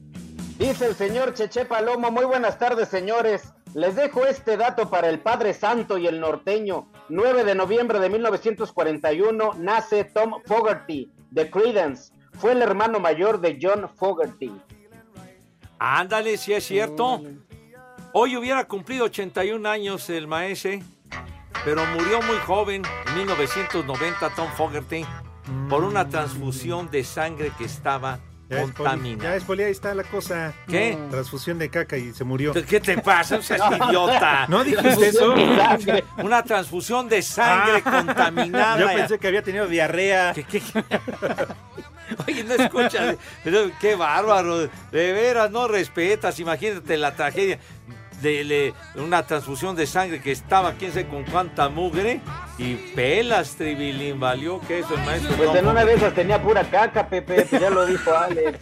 Speaker 4: Dice el señor Cheche Palomo, muy buenas tardes señores. Les dejo este dato para el Padre Santo y el norteño. 9 de noviembre de 1941 nace Tom Fogerty de Credence. Fue el hermano mayor de John Fogerty.
Speaker 8: Ándale, si es cierto. Hoy hubiera cumplido 81 años el maese, pero murió muy joven, en 1990, Tom Fogerty, por una transfusión de sangre que estaba
Speaker 9: Ya es, poli,
Speaker 8: contaminada.
Speaker 9: ya es poli, ahí está la cosa.
Speaker 8: ¿Qué?
Speaker 9: Transfusión de caca y se murió.
Speaker 8: ¿Qué te pasa? O sea, es idiota.
Speaker 9: ¿No dijiste eso?
Speaker 8: Una transfusión de sangre contaminada.
Speaker 9: Yo pensé que había tenido diarrea.
Speaker 8: Oye, no escuchas. Pero Qué bárbaro. De veras, no respetas. Imagínate la tragedia de le- una transfusión de sangre que estaba, quién sé con cuánta mugre. Y pelas, Tribilín. Valió que eso el maestro.
Speaker 4: Pues en una de esas tenía pura caca, Pepe, pues ya lo dijo Alex.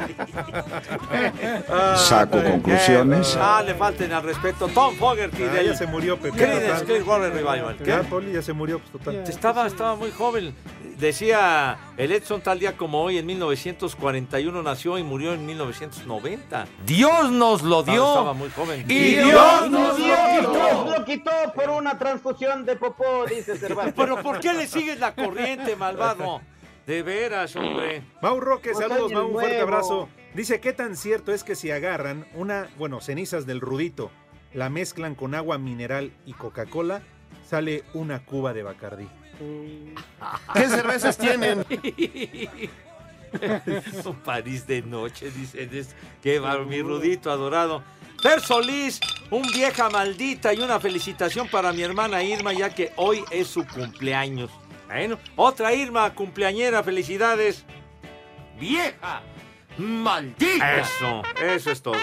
Speaker 8: Ah,
Speaker 22: Saco conclusiones.
Speaker 8: Ah, le falten al respeto. Tom Fogerty.
Speaker 9: Ah,
Speaker 8: del
Speaker 9: ya se murió, Pepe.
Speaker 8: Creedence
Speaker 9: total.
Speaker 8: Clearwater Revival. ¿Qué?
Speaker 9: Ya, Poli, ya se murió, pues total.
Speaker 8: Estaba, estaba muy joven. Decía el Edson tal día como hoy, en 1941 nació y murió en 1990.
Speaker 4: Dios nos lo
Speaker 8: No, estaba muy joven.
Speaker 4: Dios lo quitó por una transfusión de popó, dice Cervantes.
Speaker 8: Pero ¿por qué le sigues la corriente, malvado? De veras, hombre.
Speaker 9: Mau Roque,
Speaker 8: Pues
Speaker 9: saludos,
Speaker 8: año
Speaker 9: Mau, un fuerte
Speaker 8: nuevo.
Speaker 9: abrazo. Dice, ¿qué tan cierto es que si agarran una, bueno, cenizas del rudito, la mezclan con agua mineral y Coca-Cola, sale una cuba de Bacardí?
Speaker 8: ¿Qué cervezas tienen? Un París de noche, dicen. Es, qué bárbaro, mi rudito adorado. Fer Solís, un vieja maldita y una felicitación para mi hermana Irma, ya que hoy es su cumpleaños. Bueno, otra Irma, cumpleañera, felicidades. ¡Vieja! ¡Maldita! Eso, eso es todo.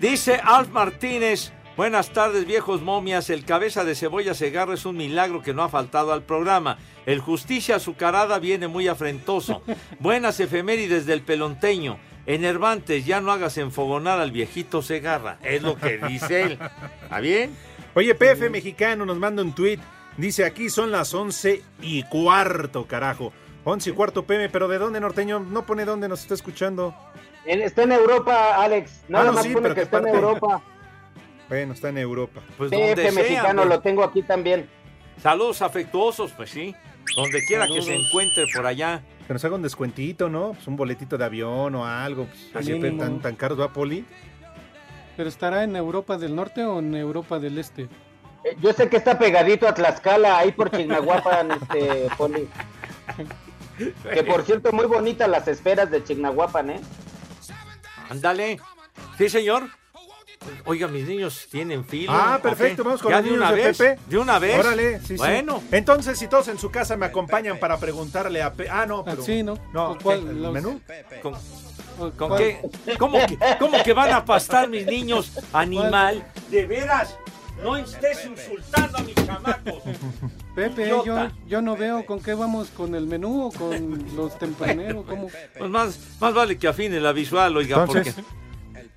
Speaker 8: Dice Alf Martínez, buenas tardes viejos momias, el cabeza de cebolla Segarra es un milagro que no ha faltado al programa. El justicia azucarada viene muy afrentoso. Buenas efemérides del pelonteño. Enervantes, ya no hagas enfogonar al viejito Segarra. Es lo que dice él. ¿Está bien?
Speaker 9: Oye, PF Mexicano nos manda un tweet. Dice, aquí son las 11 y cuarto, carajo. 11 y cuarto PM, pero ¿de dónde, norteño? No pone dónde nos está escuchando.
Speaker 3: En- está en Europa, Alex. Nada
Speaker 9: Ah, no,
Speaker 3: más
Speaker 9: sí,
Speaker 3: pone
Speaker 9: pero
Speaker 3: que
Speaker 9: ¿qué
Speaker 3: está en
Speaker 9: parte?
Speaker 3: Europa.
Speaker 9: Bueno, está en Europa.
Speaker 8: Pues
Speaker 3: PF mexicano,
Speaker 8: güey.
Speaker 3: lo tengo aquí también.
Speaker 8: Saludos afectuosos, pues sí. Donde quiera que se
Speaker 9: Saludos.
Speaker 8: encuentre por allá.
Speaker 9: Que nos haga un descuentito, ¿no? Pues un boletito de avión o algo. Pues,
Speaker 8: Al
Speaker 9: siempre
Speaker 8: mínimo.
Speaker 9: tan, tan caros, ¿va, Poli?
Speaker 4: ¿Pero estará en Europa del Norte o en Europa del Este?
Speaker 3: Eh, Yo sé que está pegadito a Tlaxcala, ahí por Chignahuapan, este, Poli. Que por cierto, muy bonitas las esferas de Chignahuapan, ¿eh?
Speaker 8: Ándale. Sí, señor. Oiga, mis niños tienen fila.
Speaker 9: Ah,
Speaker 8: ¿o
Speaker 9: perfecto,
Speaker 8: qué?
Speaker 9: vamos con
Speaker 8: ¿Ya
Speaker 9: los
Speaker 8: de
Speaker 9: niños
Speaker 8: una
Speaker 9: de
Speaker 8: vez?
Speaker 9: Pepe.
Speaker 8: De una vez.
Speaker 9: Órale, sí, sí.
Speaker 8: Bueno,
Speaker 9: Entonces, si todos en su casa me acompañan para preguntarle a Pepe. Ah, no, pero.
Speaker 4: sí, ¿no?
Speaker 9: No,
Speaker 4: ¿O cuál?
Speaker 9: ¿el
Speaker 4: Los-
Speaker 9: menú?
Speaker 8: ¿con, con
Speaker 9: ¿Cuál?
Speaker 8: qué? ¿Cómo, que, cómo que van a pastar mis niños, animal? De veras, no estés insultando a mis chamacos.
Speaker 4: Pepe, yo,
Speaker 8: Idiota.
Speaker 4: yo no veo con qué vamos, con el menú o con los tempraneros, ¿cómo?
Speaker 8: Pues más, más vale que afine la visual, oiga,
Speaker 4: Entonces-
Speaker 8: porque.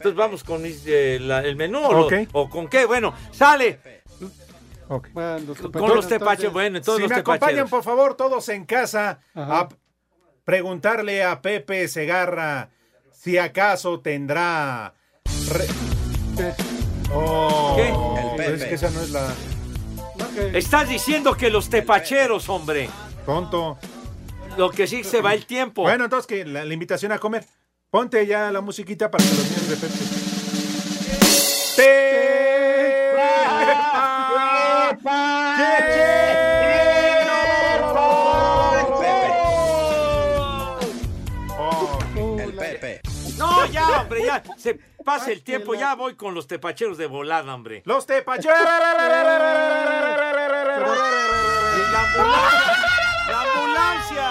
Speaker 8: Entonces vamos con este, la- el menú o lo-
Speaker 9: Ok.
Speaker 8: o con qué. Bueno, sale
Speaker 4: Bueno, los
Speaker 8: con los
Speaker 4: tempraneros,
Speaker 8: tepaches.
Speaker 4: Pues, entonces.
Speaker 8: Bueno, entonces
Speaker 9: si
Speaker 8: los
Speaker 9: me acompañan,
Speaker 8: tepacheros.
Speaker 9: por favor, todos en casa,
Speaker 4: Ajá.
Speaker 9: a p- preguntarle a Pepe Segarra si acaso tendrá. re- Oh,
Speaker 8: ¿Qué? El
Speaker 9: pues
Speaker 8: Pepe.
Speaker 9: Es que esa no es la.
Speaker 8: Estás diciendo que los tepacheros, hombre.
Speaker 9: Tonto.
Speaker 8: Lo que sí se va el tiempo.
Speaker 9: Bueno, entonces, que la, la invitación a comer. Ponte ya la musiquita para que los niños de Pepe. Oh,
Speaker 1: El Pepe.
Speaker 8: No, ya, hombre, ya. Se pasa el tiempo, ya voy con los tepacheros de volada, hombre.
Speaker 9: Los tepacheros.
Speaker 8: Y La ambulancia. La ambulancia.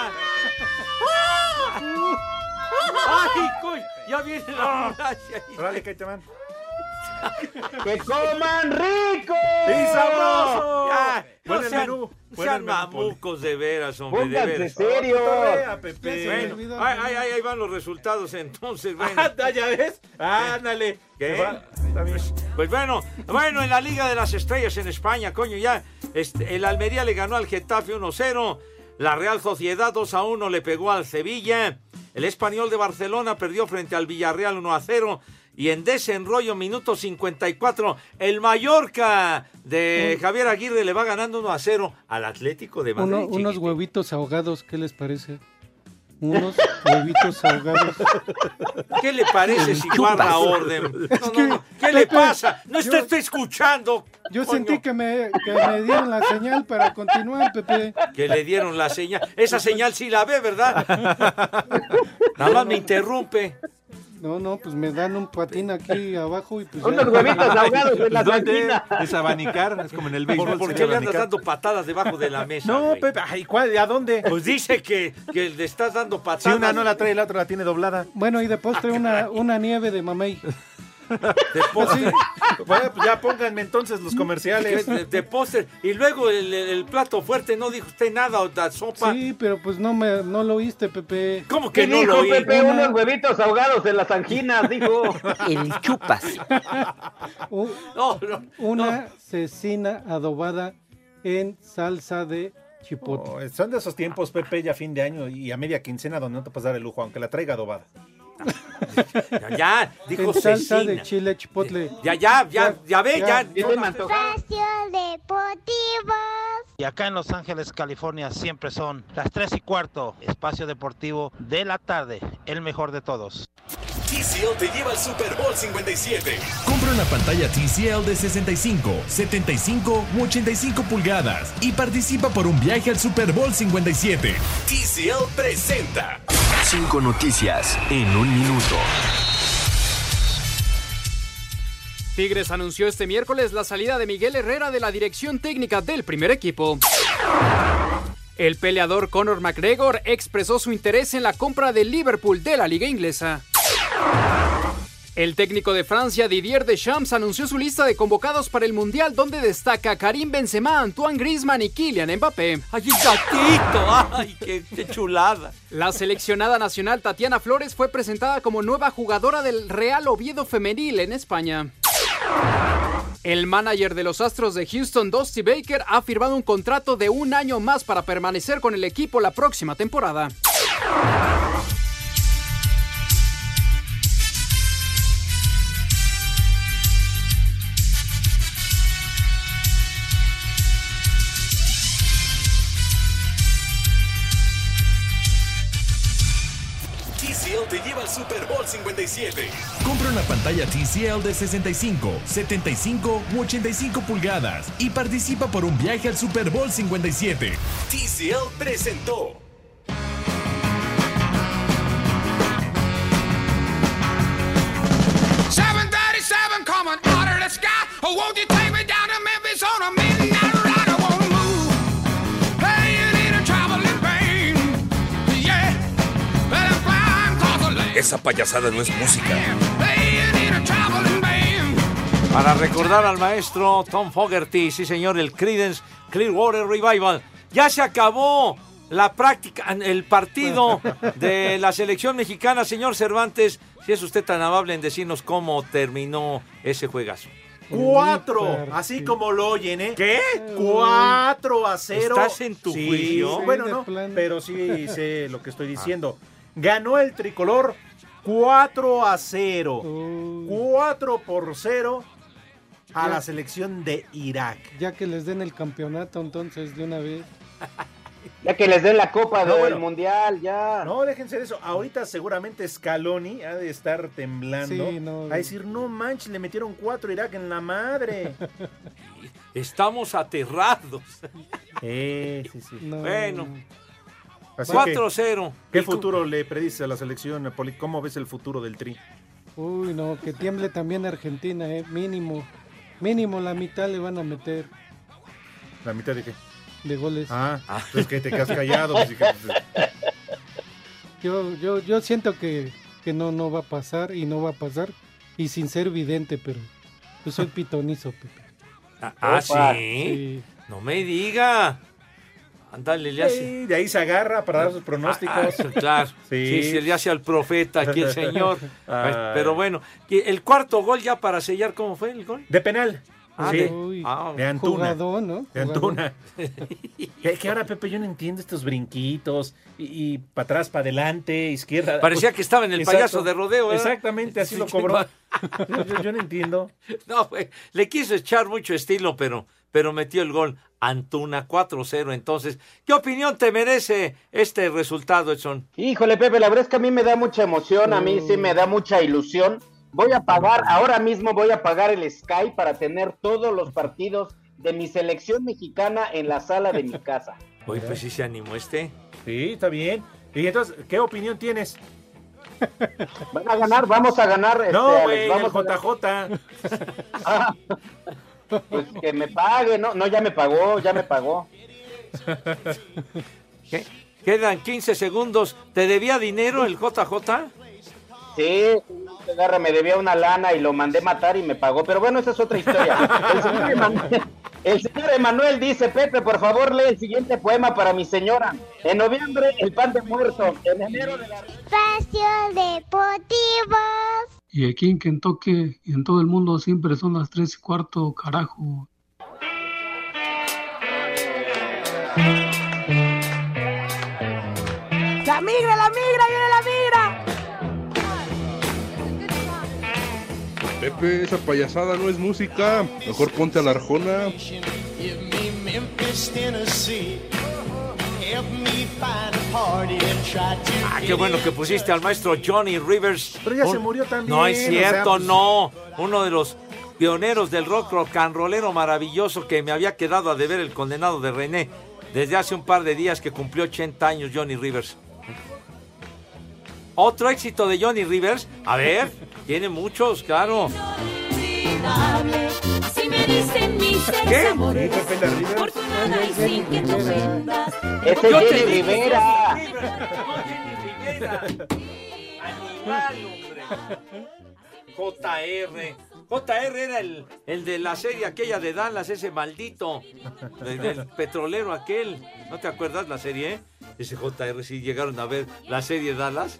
Speaker 8: ¡Ay, coy! Ya viene la ambulancia.
Speaker 9: Órale, que te van.
Speaker 3: ¡Que coman rico!
Speaker 8: ¡Y sabroso! Ya, no
Speaker 9: Buen el
Speaker 8: sean,
Speaker 9: menú, buen
Speaker 8: sean
Speaker 9: el menú,
Speaker 8: mamucos de veras, hombre,
Speaker 9: Pónganse
Speaker 8: de veras.
Speaker 9: serios. Cotorrea, Pepe.
Speaker 8: Ya se me olvidó. Bueno, ay, ay, ahí van los resultados entonces, bueno.
Speaker 9: Ah, ¿Ya ves? Ándale.
Speaker 8: ¿Qué?
Speaker 9: Se va. Está bien.
Speaker 8: Pues bueno, bueno, en la Liga de las Estrellas en España, coño, ya este, el Almería le ganó al Getafe 1-0, la Real Sociedad 2-1 le pegó al Sevilla, el Español de Barcelona perdió frente al Villarreal 1-0 y en desenrollo, minuto 54, el Mallorca de Javier Aguirre le va ganando 1-0 al Atlético de Madrid.
Speaker 4: Uno- unos huevitos ahogados, ¿qué les parece? Unos huevitos ahogados.
Speaker 8: ¿Qué le parece si guarda orden? No, no, no. ¿Qué le
Speaker 4: Pepe,
Speaker 8: pasa? No
Speaker 4: yo-
Speaker 8: está, está escuchando.
Speaker 4: Yo
Speaker 8: coño.
Speaker 4: sentí que me, que me dieron la señal para continuar, Pepe.
Speaker 8: Que le dieron la señal. Esa señal sí la ve, ¿verdad? Nada más me interrumpe.
Speaker 4: No, no, pues me dan un patín aquí abajo y pues.
Speaker 8: Unos huevitos ahogados en la Pues, ¿Dónde?
Speaker 9: esquina. Es abanicar, es como en el béisbol,
Speaker 8: ¿Por, por
Speaker 9: sería
Speaker 8: qué le andas
Speaker 9: abanicar.
Speaker 8: dando patadas debajo de la mesa?
Speaker 9: No,
Speaker 8: güey?
Speaker 9: Pepe, ay, ¿cuál? ¿A dónde?
Speaker 8: Pues dice que, que le estás dando patadas.
Speaker 9: Si una no la trae, la otra la tiene doblada. Ah,
Speaker 4: Bueno, y de postre una, una nieve de mamey.
Speaker 8: De postre.
Speaker 9: Bueno, pues ya pónganme entonces los comerciales.
Speaker 8: De, de postre. Y luego el, el plato fuerte, no dijo usted nada, o la sopa.
Speaker 4: Sí, pero pues no me no lo oíste, Pepe.
Speaker 8: ¿Cómo
Speaker 3: ¿Qué dijo Pepe?
Speaker 4: Una-
Speaker 3: Unos huevitos ahogados en las anginas, dijo.
Speaker 4: El
Speaker 3: chupas.
Speaker 4: u- una cecina adobada en salsa de chipotle.
Speaker 9: Oh, son de esos tiempos, Pepe, ya fin de año y a media quincena donde no te puedes dar el lujo, aunque la traiga adobada.
Speaker 8: Ya, ya, dijo
Speaker 4: en salsa
Speaker 8: cecina.
Speaker 4: de chile chipotle.
Speaker 8: Ya, ya, ya, ya ve, ya.
Speaker 5: Deportivo.
Speaker 32: Y acá en Los Ángeles, California, siempre son las 3 y cuarto, espacio deportivo de la tarde, el mejor de todos.
Speaker 33: TCL te lleva al Super Bowl 57.
Speaker 34: Compra una pantalla TCL de 65, 75 u 85 pulgadas y participa por un viaje al Super Bowl 57.
Speaker 33: TCL presenta.
Speaker 34: Cinco noticias en un minuto.
Speaker 35: Tigres anunció este miércoles la salida de Miguel Herrera de la dirección técnica del primer equipo. El peleador Conor McGregor expresó su interés en la compra de Liverpool de la liga inglesa. El técnico de Francia Didier Deschamps anunció su lista de convocados para el Mundial donde destaca Karim Benzema, Antoine Griezmann y Kylian Mbappé. ¡Ay,
Speaker 8: gatito! ¡Ay, qué, chulada!
Speaker 35: La seleccionada nacional Tatiana Flores fue presentada como nueva jugadora del Real Oviedo Femenil en España. El manager de los Astros de Houston, Dusty Baker, ha firmado un contrato de un año más para permanecer con el equipo la próxima temporada.
Speaker 36: TCL te lleva al Super Bowl 57.
Speaker 34: Compra una pantalla TCL de 65, 75 u 85 pulgadas y participa por un viaje al Super Bowl 57.
Speaker 36: TCL presentó.
Speaker 1: come and order the sky. Oh, won't you take me down to Memphis on a midnight ride? I won't move. Hey, it ain't a traveling pain. Yeah, let it climb 'cause I lay.
Speaker 37: Esa payasada no es música.
Speaker 1: Hey, it ain't a traveling pain.
Speaker 8: Para recordar al maestro Tom Fogerty, sí señor, el Creedence Clearwater Revival. Ya se acabó la práctica, el partido de la selección mexicana, señor Cervantes. Si es usted tan amable en decirnos cómo terminó ese juegazo.
Speaker 9: Cuatro, así como lo oyen, ¿eh?
Speaker 8: ¿Qué?
Speaker 9: Cuatro a cero.
Speaker 8: ¿Estás en tu
Speaker 9: Sí,
Speaker 8: juicio?
Speaker 9: Bueno, no, pero sí sé lo que estoy diciendo. Ganó el tricolor 4 a 0. 4 por 0 a la selección de Irak.
Speaker 4: Ya que les den el campeonato entonces de una vez.
Speaker 3: Ya que les den la copa
Speaker 9: No,
Speaker 3: del
Speaker 9: bueno.
Speaker 3: mundial, ya.
Speaker 9: No, déjense de eso. Ahorita seguramente Scaloni ha de estar temblando.
Speaker 4: Sí, no.
Speaker 9: a decir, no manches, le metieron 4 a Irak en la madre.
Speaker 8: Estamos aterrados.
Speaker 9: Eh, sí, sí.
Speaker 8: Bueno,
Speaker 9: Así que,
Speaker 8: 4-0.
Speaker 9: ¿Qué futuro le predice a la selección, Napoli? ¿Cómo ves el futuro del Tri?
Speaker 4: Uy, no, que tiemble también Argentina, eh, mínimo. Mínimo la mitad le van a meter
Speaker 9: La mitad de qué?
Speaker 4: de goles.
Speaker 9: Ah, pues que te quedas callado. pues, dije, pues,
Speaker 4: Yo, yo, yo siento que, que no, no va a pasar y no va a pasar. Y sin ser vidente, pero yo soy pitonizo, Pepe.
Speaker 8: Ah, ah,
Speaker 4: Opa.
Speaker 8: sí. No me diga. Ándale, le hace.
Speaker 9: pues, Sí, de ahí se agarra para dar sus pronósticos.
Speaker 8: Ah, sí, claro. Sí.
Speaker 9: Sí.
Speaker 8: se le hace al profeta aquí el señor.
Speaker 9: Ay.
Speaker 8: Pero bueno, y el cuarto gol ya para sellar, ¿cómo fue el gol?
Speaker 9: De penal.
Speaker 8: Ah,
Speaker 9: Sí.
Speaker 8: de- ah,
Speaker 9: de Antuna.
Speaker 4: jugadón, ¿no?
Speaker 9: De Antuna. que, que ahora, Pepe, yo no entiendo estos brinquitos. Y, para atrás, para adelante, izquierda.
Speaker 8: Parecía que estaba en el
Speaker 9: Exacto.
Speaker 8: payaso de rodeo, ¿eh? ¿verdad?
Speaker 9: Exactamente, así lo cobró. yo, yo- yo no entiendo.
Speaker 8: No, güey, le quiso echar mucho estilo, pero, pero metió el gol. Antuna 4-0. Entonces, ¿qué opinión te merece este resultado, Edson?
Speaker 3: Híjole, Pepe, la verdad es que a mí me da mucha emoción, a
Speaker 9: Mm.
Speaker 3: mí sí me da mucha ilusión. Voy a pagar, ahora mismo voy a pagar el Sky para tener todos los partidos de mi selección mexicana en la sala de mi casa.
Speaker 8: Oye, pues sí se animó este.
Speaker 9: Sí, está bien. Y entonces, ¿qué opinión tienes?
Speaker 3: Van a ganar, vamos a ganar. este,
Speaker 9: No,
Speaker 3: Alex,
Speaker 9: güey, el
Speaker 3: vamos a ganar. Ah,
Speaker 9: JJ.
Speaker 3: Pues que me pague, no, no, ya me pagó, ya me pagó.
Speaker 8: ¿Qué? Quedan 15 segundos. ¿Te debía dinero el JJ?
Speaker 3: Sí, este garra me debía una lana y lo mandé matar y me pagó. Pero bueno, esa es otra historia. El señor Emanuel, el señor Emanuel dice, Pepe, por favor, lee el siguiente poema para mi señora. En noviembre, el pan de muerto. En enero, de la...
Speaker 29: Espacio Deportivo.
Speaker 5: Y aquí en Kentucky y en todo el mundo siempre son las tres y cuarto, carajo.
Speaker 29: La migra, la migra, viene la migra.
Speaker 38: Pepe, esa payasada no es música. Mejor ponte a la arjona.
Speaker 39: Give me Memphis, Tennessee. Help me find a party and try to
Speaker 8: Ah, qué bueno que pusiste al maestro Johnny Rivers.
Speaker 9: Pero ya se murió también,
Speaker 8: No es
Speaker 9: o sea,
Speaker 8: cierto,
Speaker 9: pues-
Speaker 8: no. Uno de los pioneros del rock rock and rollero maravilloso que me había quedado a deber el condenado de René desde hace un par de días que cumplió 80 años Johnny Rivers. Otro éxito de Johnny Rivers. A ver, tiene muchos, claro.
Speaker 29: Inolvidable, Así me dicen mis ex amores. Por tu nada y sin que te ofendas.
Speaker 3: Ese es Jenny Rivera.
Speaker 8: JR. JR era el, el de la serie aquella de Dallas, ese maldito. de- del petrolero aquel. ¿No te acuerdas la serie? eh? Ese JR, sí llegaron a ver la serie Dallas.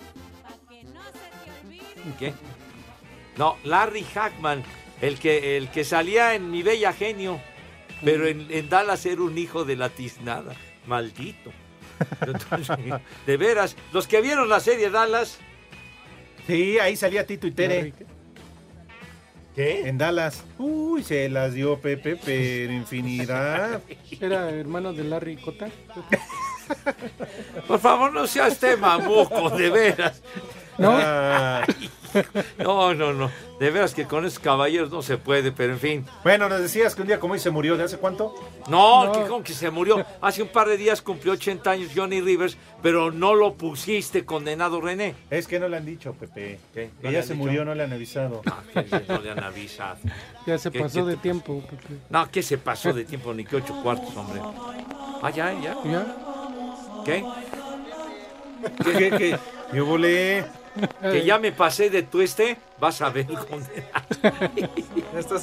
Speaker 8: ¿Qué? No, Larry Hackman, el que, el que salía en Mi Bella Genio,
Speaker 9: Mm.
Speaker 8: pero en, en Dallas era un hijo de la tiznada. Maldito. Entonces, de veras, los que vieron la serie Dallas,
Speaker 9: Sí, ahí salía Tito y Tere. ¿Qué? En Dallas. Uy, se las dio Pepe, pero infinidad.
Speaker 4: Era hermano de Larry Cota.
Speaker 8: por favor no sea este mamuco, de veras.
Speaker 3: ¿No?
Speaker 8: No, no, no. De veras que con esos caballeros no se puede, pero en fin.
Speaker 9: Bueno, nos decías que un día como hoy se murió, ¿de hace cuánto?
Speaker 8: No,
Speaker 9: No.
Speaker 8: Que, como que se murió. Hace un par de días cumplió 80 años Johnny Rivers, pero no lo pusiste, condenado René.
Speaker 9: Es que no le han dicho, Pepe.
Speaker 8: ¿No le
Speaker 9: Ella
Speaker 8: han dicho?
Speaker 9: se
Speaker 8: Ah,
Speaker 9: murió, no le han avisado.
Speaker 8: No le han avisado.
Speaker 3: Ya se
Speaker 8: ¿Qué-
Speaker 3: pasó
Speaker 8: qué-
Speaker 3: de tiempo. Pepe.
Speaker 8: No, que se pasó de tiempo, ni que ocho cuartos, hombre. Ah, ya, ya. ¿Qué?
Speaker 9: ¿Qué, qué? Yo volé.
Speaker 8: Que ya me pasé de tu este, vas a ver, condenado.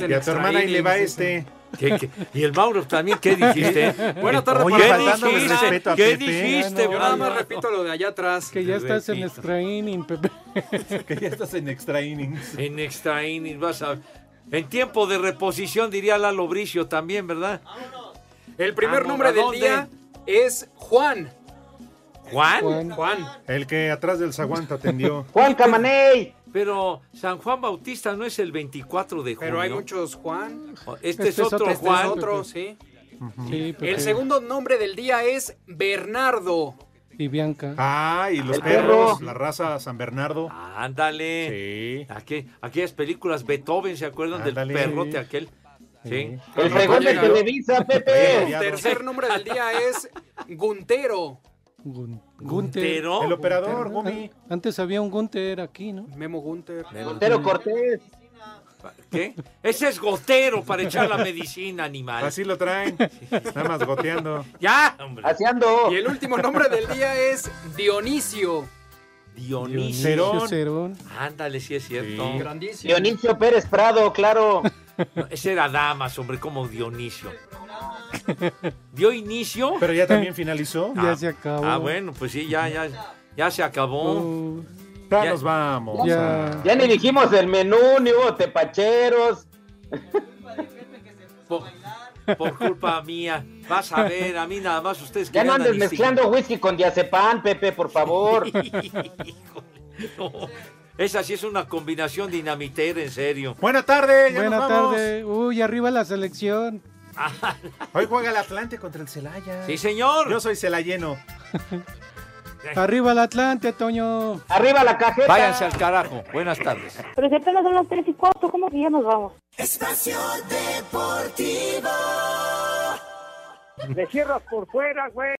Speaker 9: y a tu hermana ahí le va este.
Speaker 8: ¿Qué- qué? Y el Mauro también, ¿qué dijiste?
Speaker 9: Buena tarde
Speaker 8: Oye,
Speaker 9: para
Speaker 8: ¿qué
Speaker 9: faltándole
Speaker 8: dijiste?
Speaker 9: pues, respeto a
Speaker 8: ¿Qué
Speaker 9: Pepe.
Speaker 8: dijiste,
Speaker 9: Ay, no,
Speaker 35: Yo nada
Speaker 8: Bravo?
Speaker 35: más repito lo de allá atrás.
Speaker 3: Que ya estás en extra inning, Pepe.
Speaker 9: que ya estás en extra innings.
Speaker 8: En extra innings, vas a En tiempo de reposición, diría Lalo Bricio también, ¿verdad?
Speaker 35: El primer
Speaker 8: Vamos,
Speaker 35: nombre
Speaker 8: ¿a
Speaker 35: del
Speaker 8: dónde?
Speaker 35: día es Juan.
Speaker 8: ¿Juan?
Speaker 35: Juan.
Speaker 9: El que atrás del zaguán te atendió.
Speaker 4: Juan Camaney.
Speaker 8: Pero San Juan Bautista no es el 24 de junio.
Speaker 35: Pero hay muchos Juan.
Speaker 8: Este, es otro
Speaker 35: este
Speaker 8: Juan.
Speaker 35: es otro, sí.
Speaker 3: Sí, Pepe.
Speaker 35: El segundo nombre del día es Bernardo.
Speaker 3: Y Bianca.
Speaker 9: Ah, y los
Speaker 3: El
Speaker 9: perros,
Speaker 3: perro.
Speaker 9: la raza San Bernardo.
Speaker 8: Ah. Ándale. Aquel- aquellas películas Beethoven, ¿se acuerdan
Speaker 9: Ándale.
Speaker 8: del perrote aquel? Sí.
Speaker 4: El fregón de Televisa, Pepe.
Speaker 35: Ah, El tercer nombre del día es Guntero.
Speaker 3: Gun-
Speaker 8: Gunter.
Speaker 3: Gunter.
Speaker 9: El operador,
Speaker 3: Gunter, ¿no?
Speaker 9: Gumi.
Speaker 3: Antes había un Gunter aquí, ¿no?
Speaker 35: Memo Gunter.
Speaker 8: Memo
Speaker 4: Pero Cortés.
Speaker 8: ¿Qué? Ese es gotero para echar la medicina, animal.
Speaker 9: Así lo traen. Nada más goteando.
Speaker 8: Ya, hombre.
Speaker 35: Y el último nombre del día es Dionisio.
Speaker 8: Dionisio. Ándale, sí es cierto.
Speaker 35: Grandísimo.
Speaker 4: Dionisio Pérez Prado, claro.
Speaker 8: Ese era Damas, hombre, como Dionisio. Dio inicio.
Speaker 9: Pero ya también finalizó.
Speaker 3: Ya se acabó.
Speaker 8: Ah, bueno, pues sí, ya, ya, ya se acabó.
Speaker 3: Oh.
Speaker 9: Ya,
Speaker 8: Ya.
Speaker 9: nos vamos.
Speaker 3: Ya.
Speaker 4: Ya ni dijimos el menú, ni hubo tepacheros.
Speaker 8: Por, por culpa mía. Vas a ver, a mí nada más ustedes que
Speaker 4: Ya no
Speaker 8: me
Speaker 4: andes
Speaker 8: andan
Speaker 4: mezclando whisky con diazepam, Pepe, por favor.
Speaker 8: instigando. Esa sí es una combinación dinamitera, en serio.
Speaker 9: Buena tarde, ya
Speaker 3: Buena
Speaker 9: nos vamos.
Speaker 3: tarde. Uy, arriba la selección.
Speaker 9: Hoy juega el Atlante contra el Celaya.
Speaker 8: Ah. Sí, señor.
Speaker 9: Yo soy celayeno.
Speaker 3: Arriba el Atlante, Toño.
Speaker 4: Arriba la cajeta.
Speaker 8: Váyanse al carajo. Buenas tardes.
Speaker 10: Pero si apenas son las 3 y cuarto, ¿cómo que ya nos vamos?
Speaker 22: Espacio Deportivo.
Speaker 6: Le cierras por fuera, güey.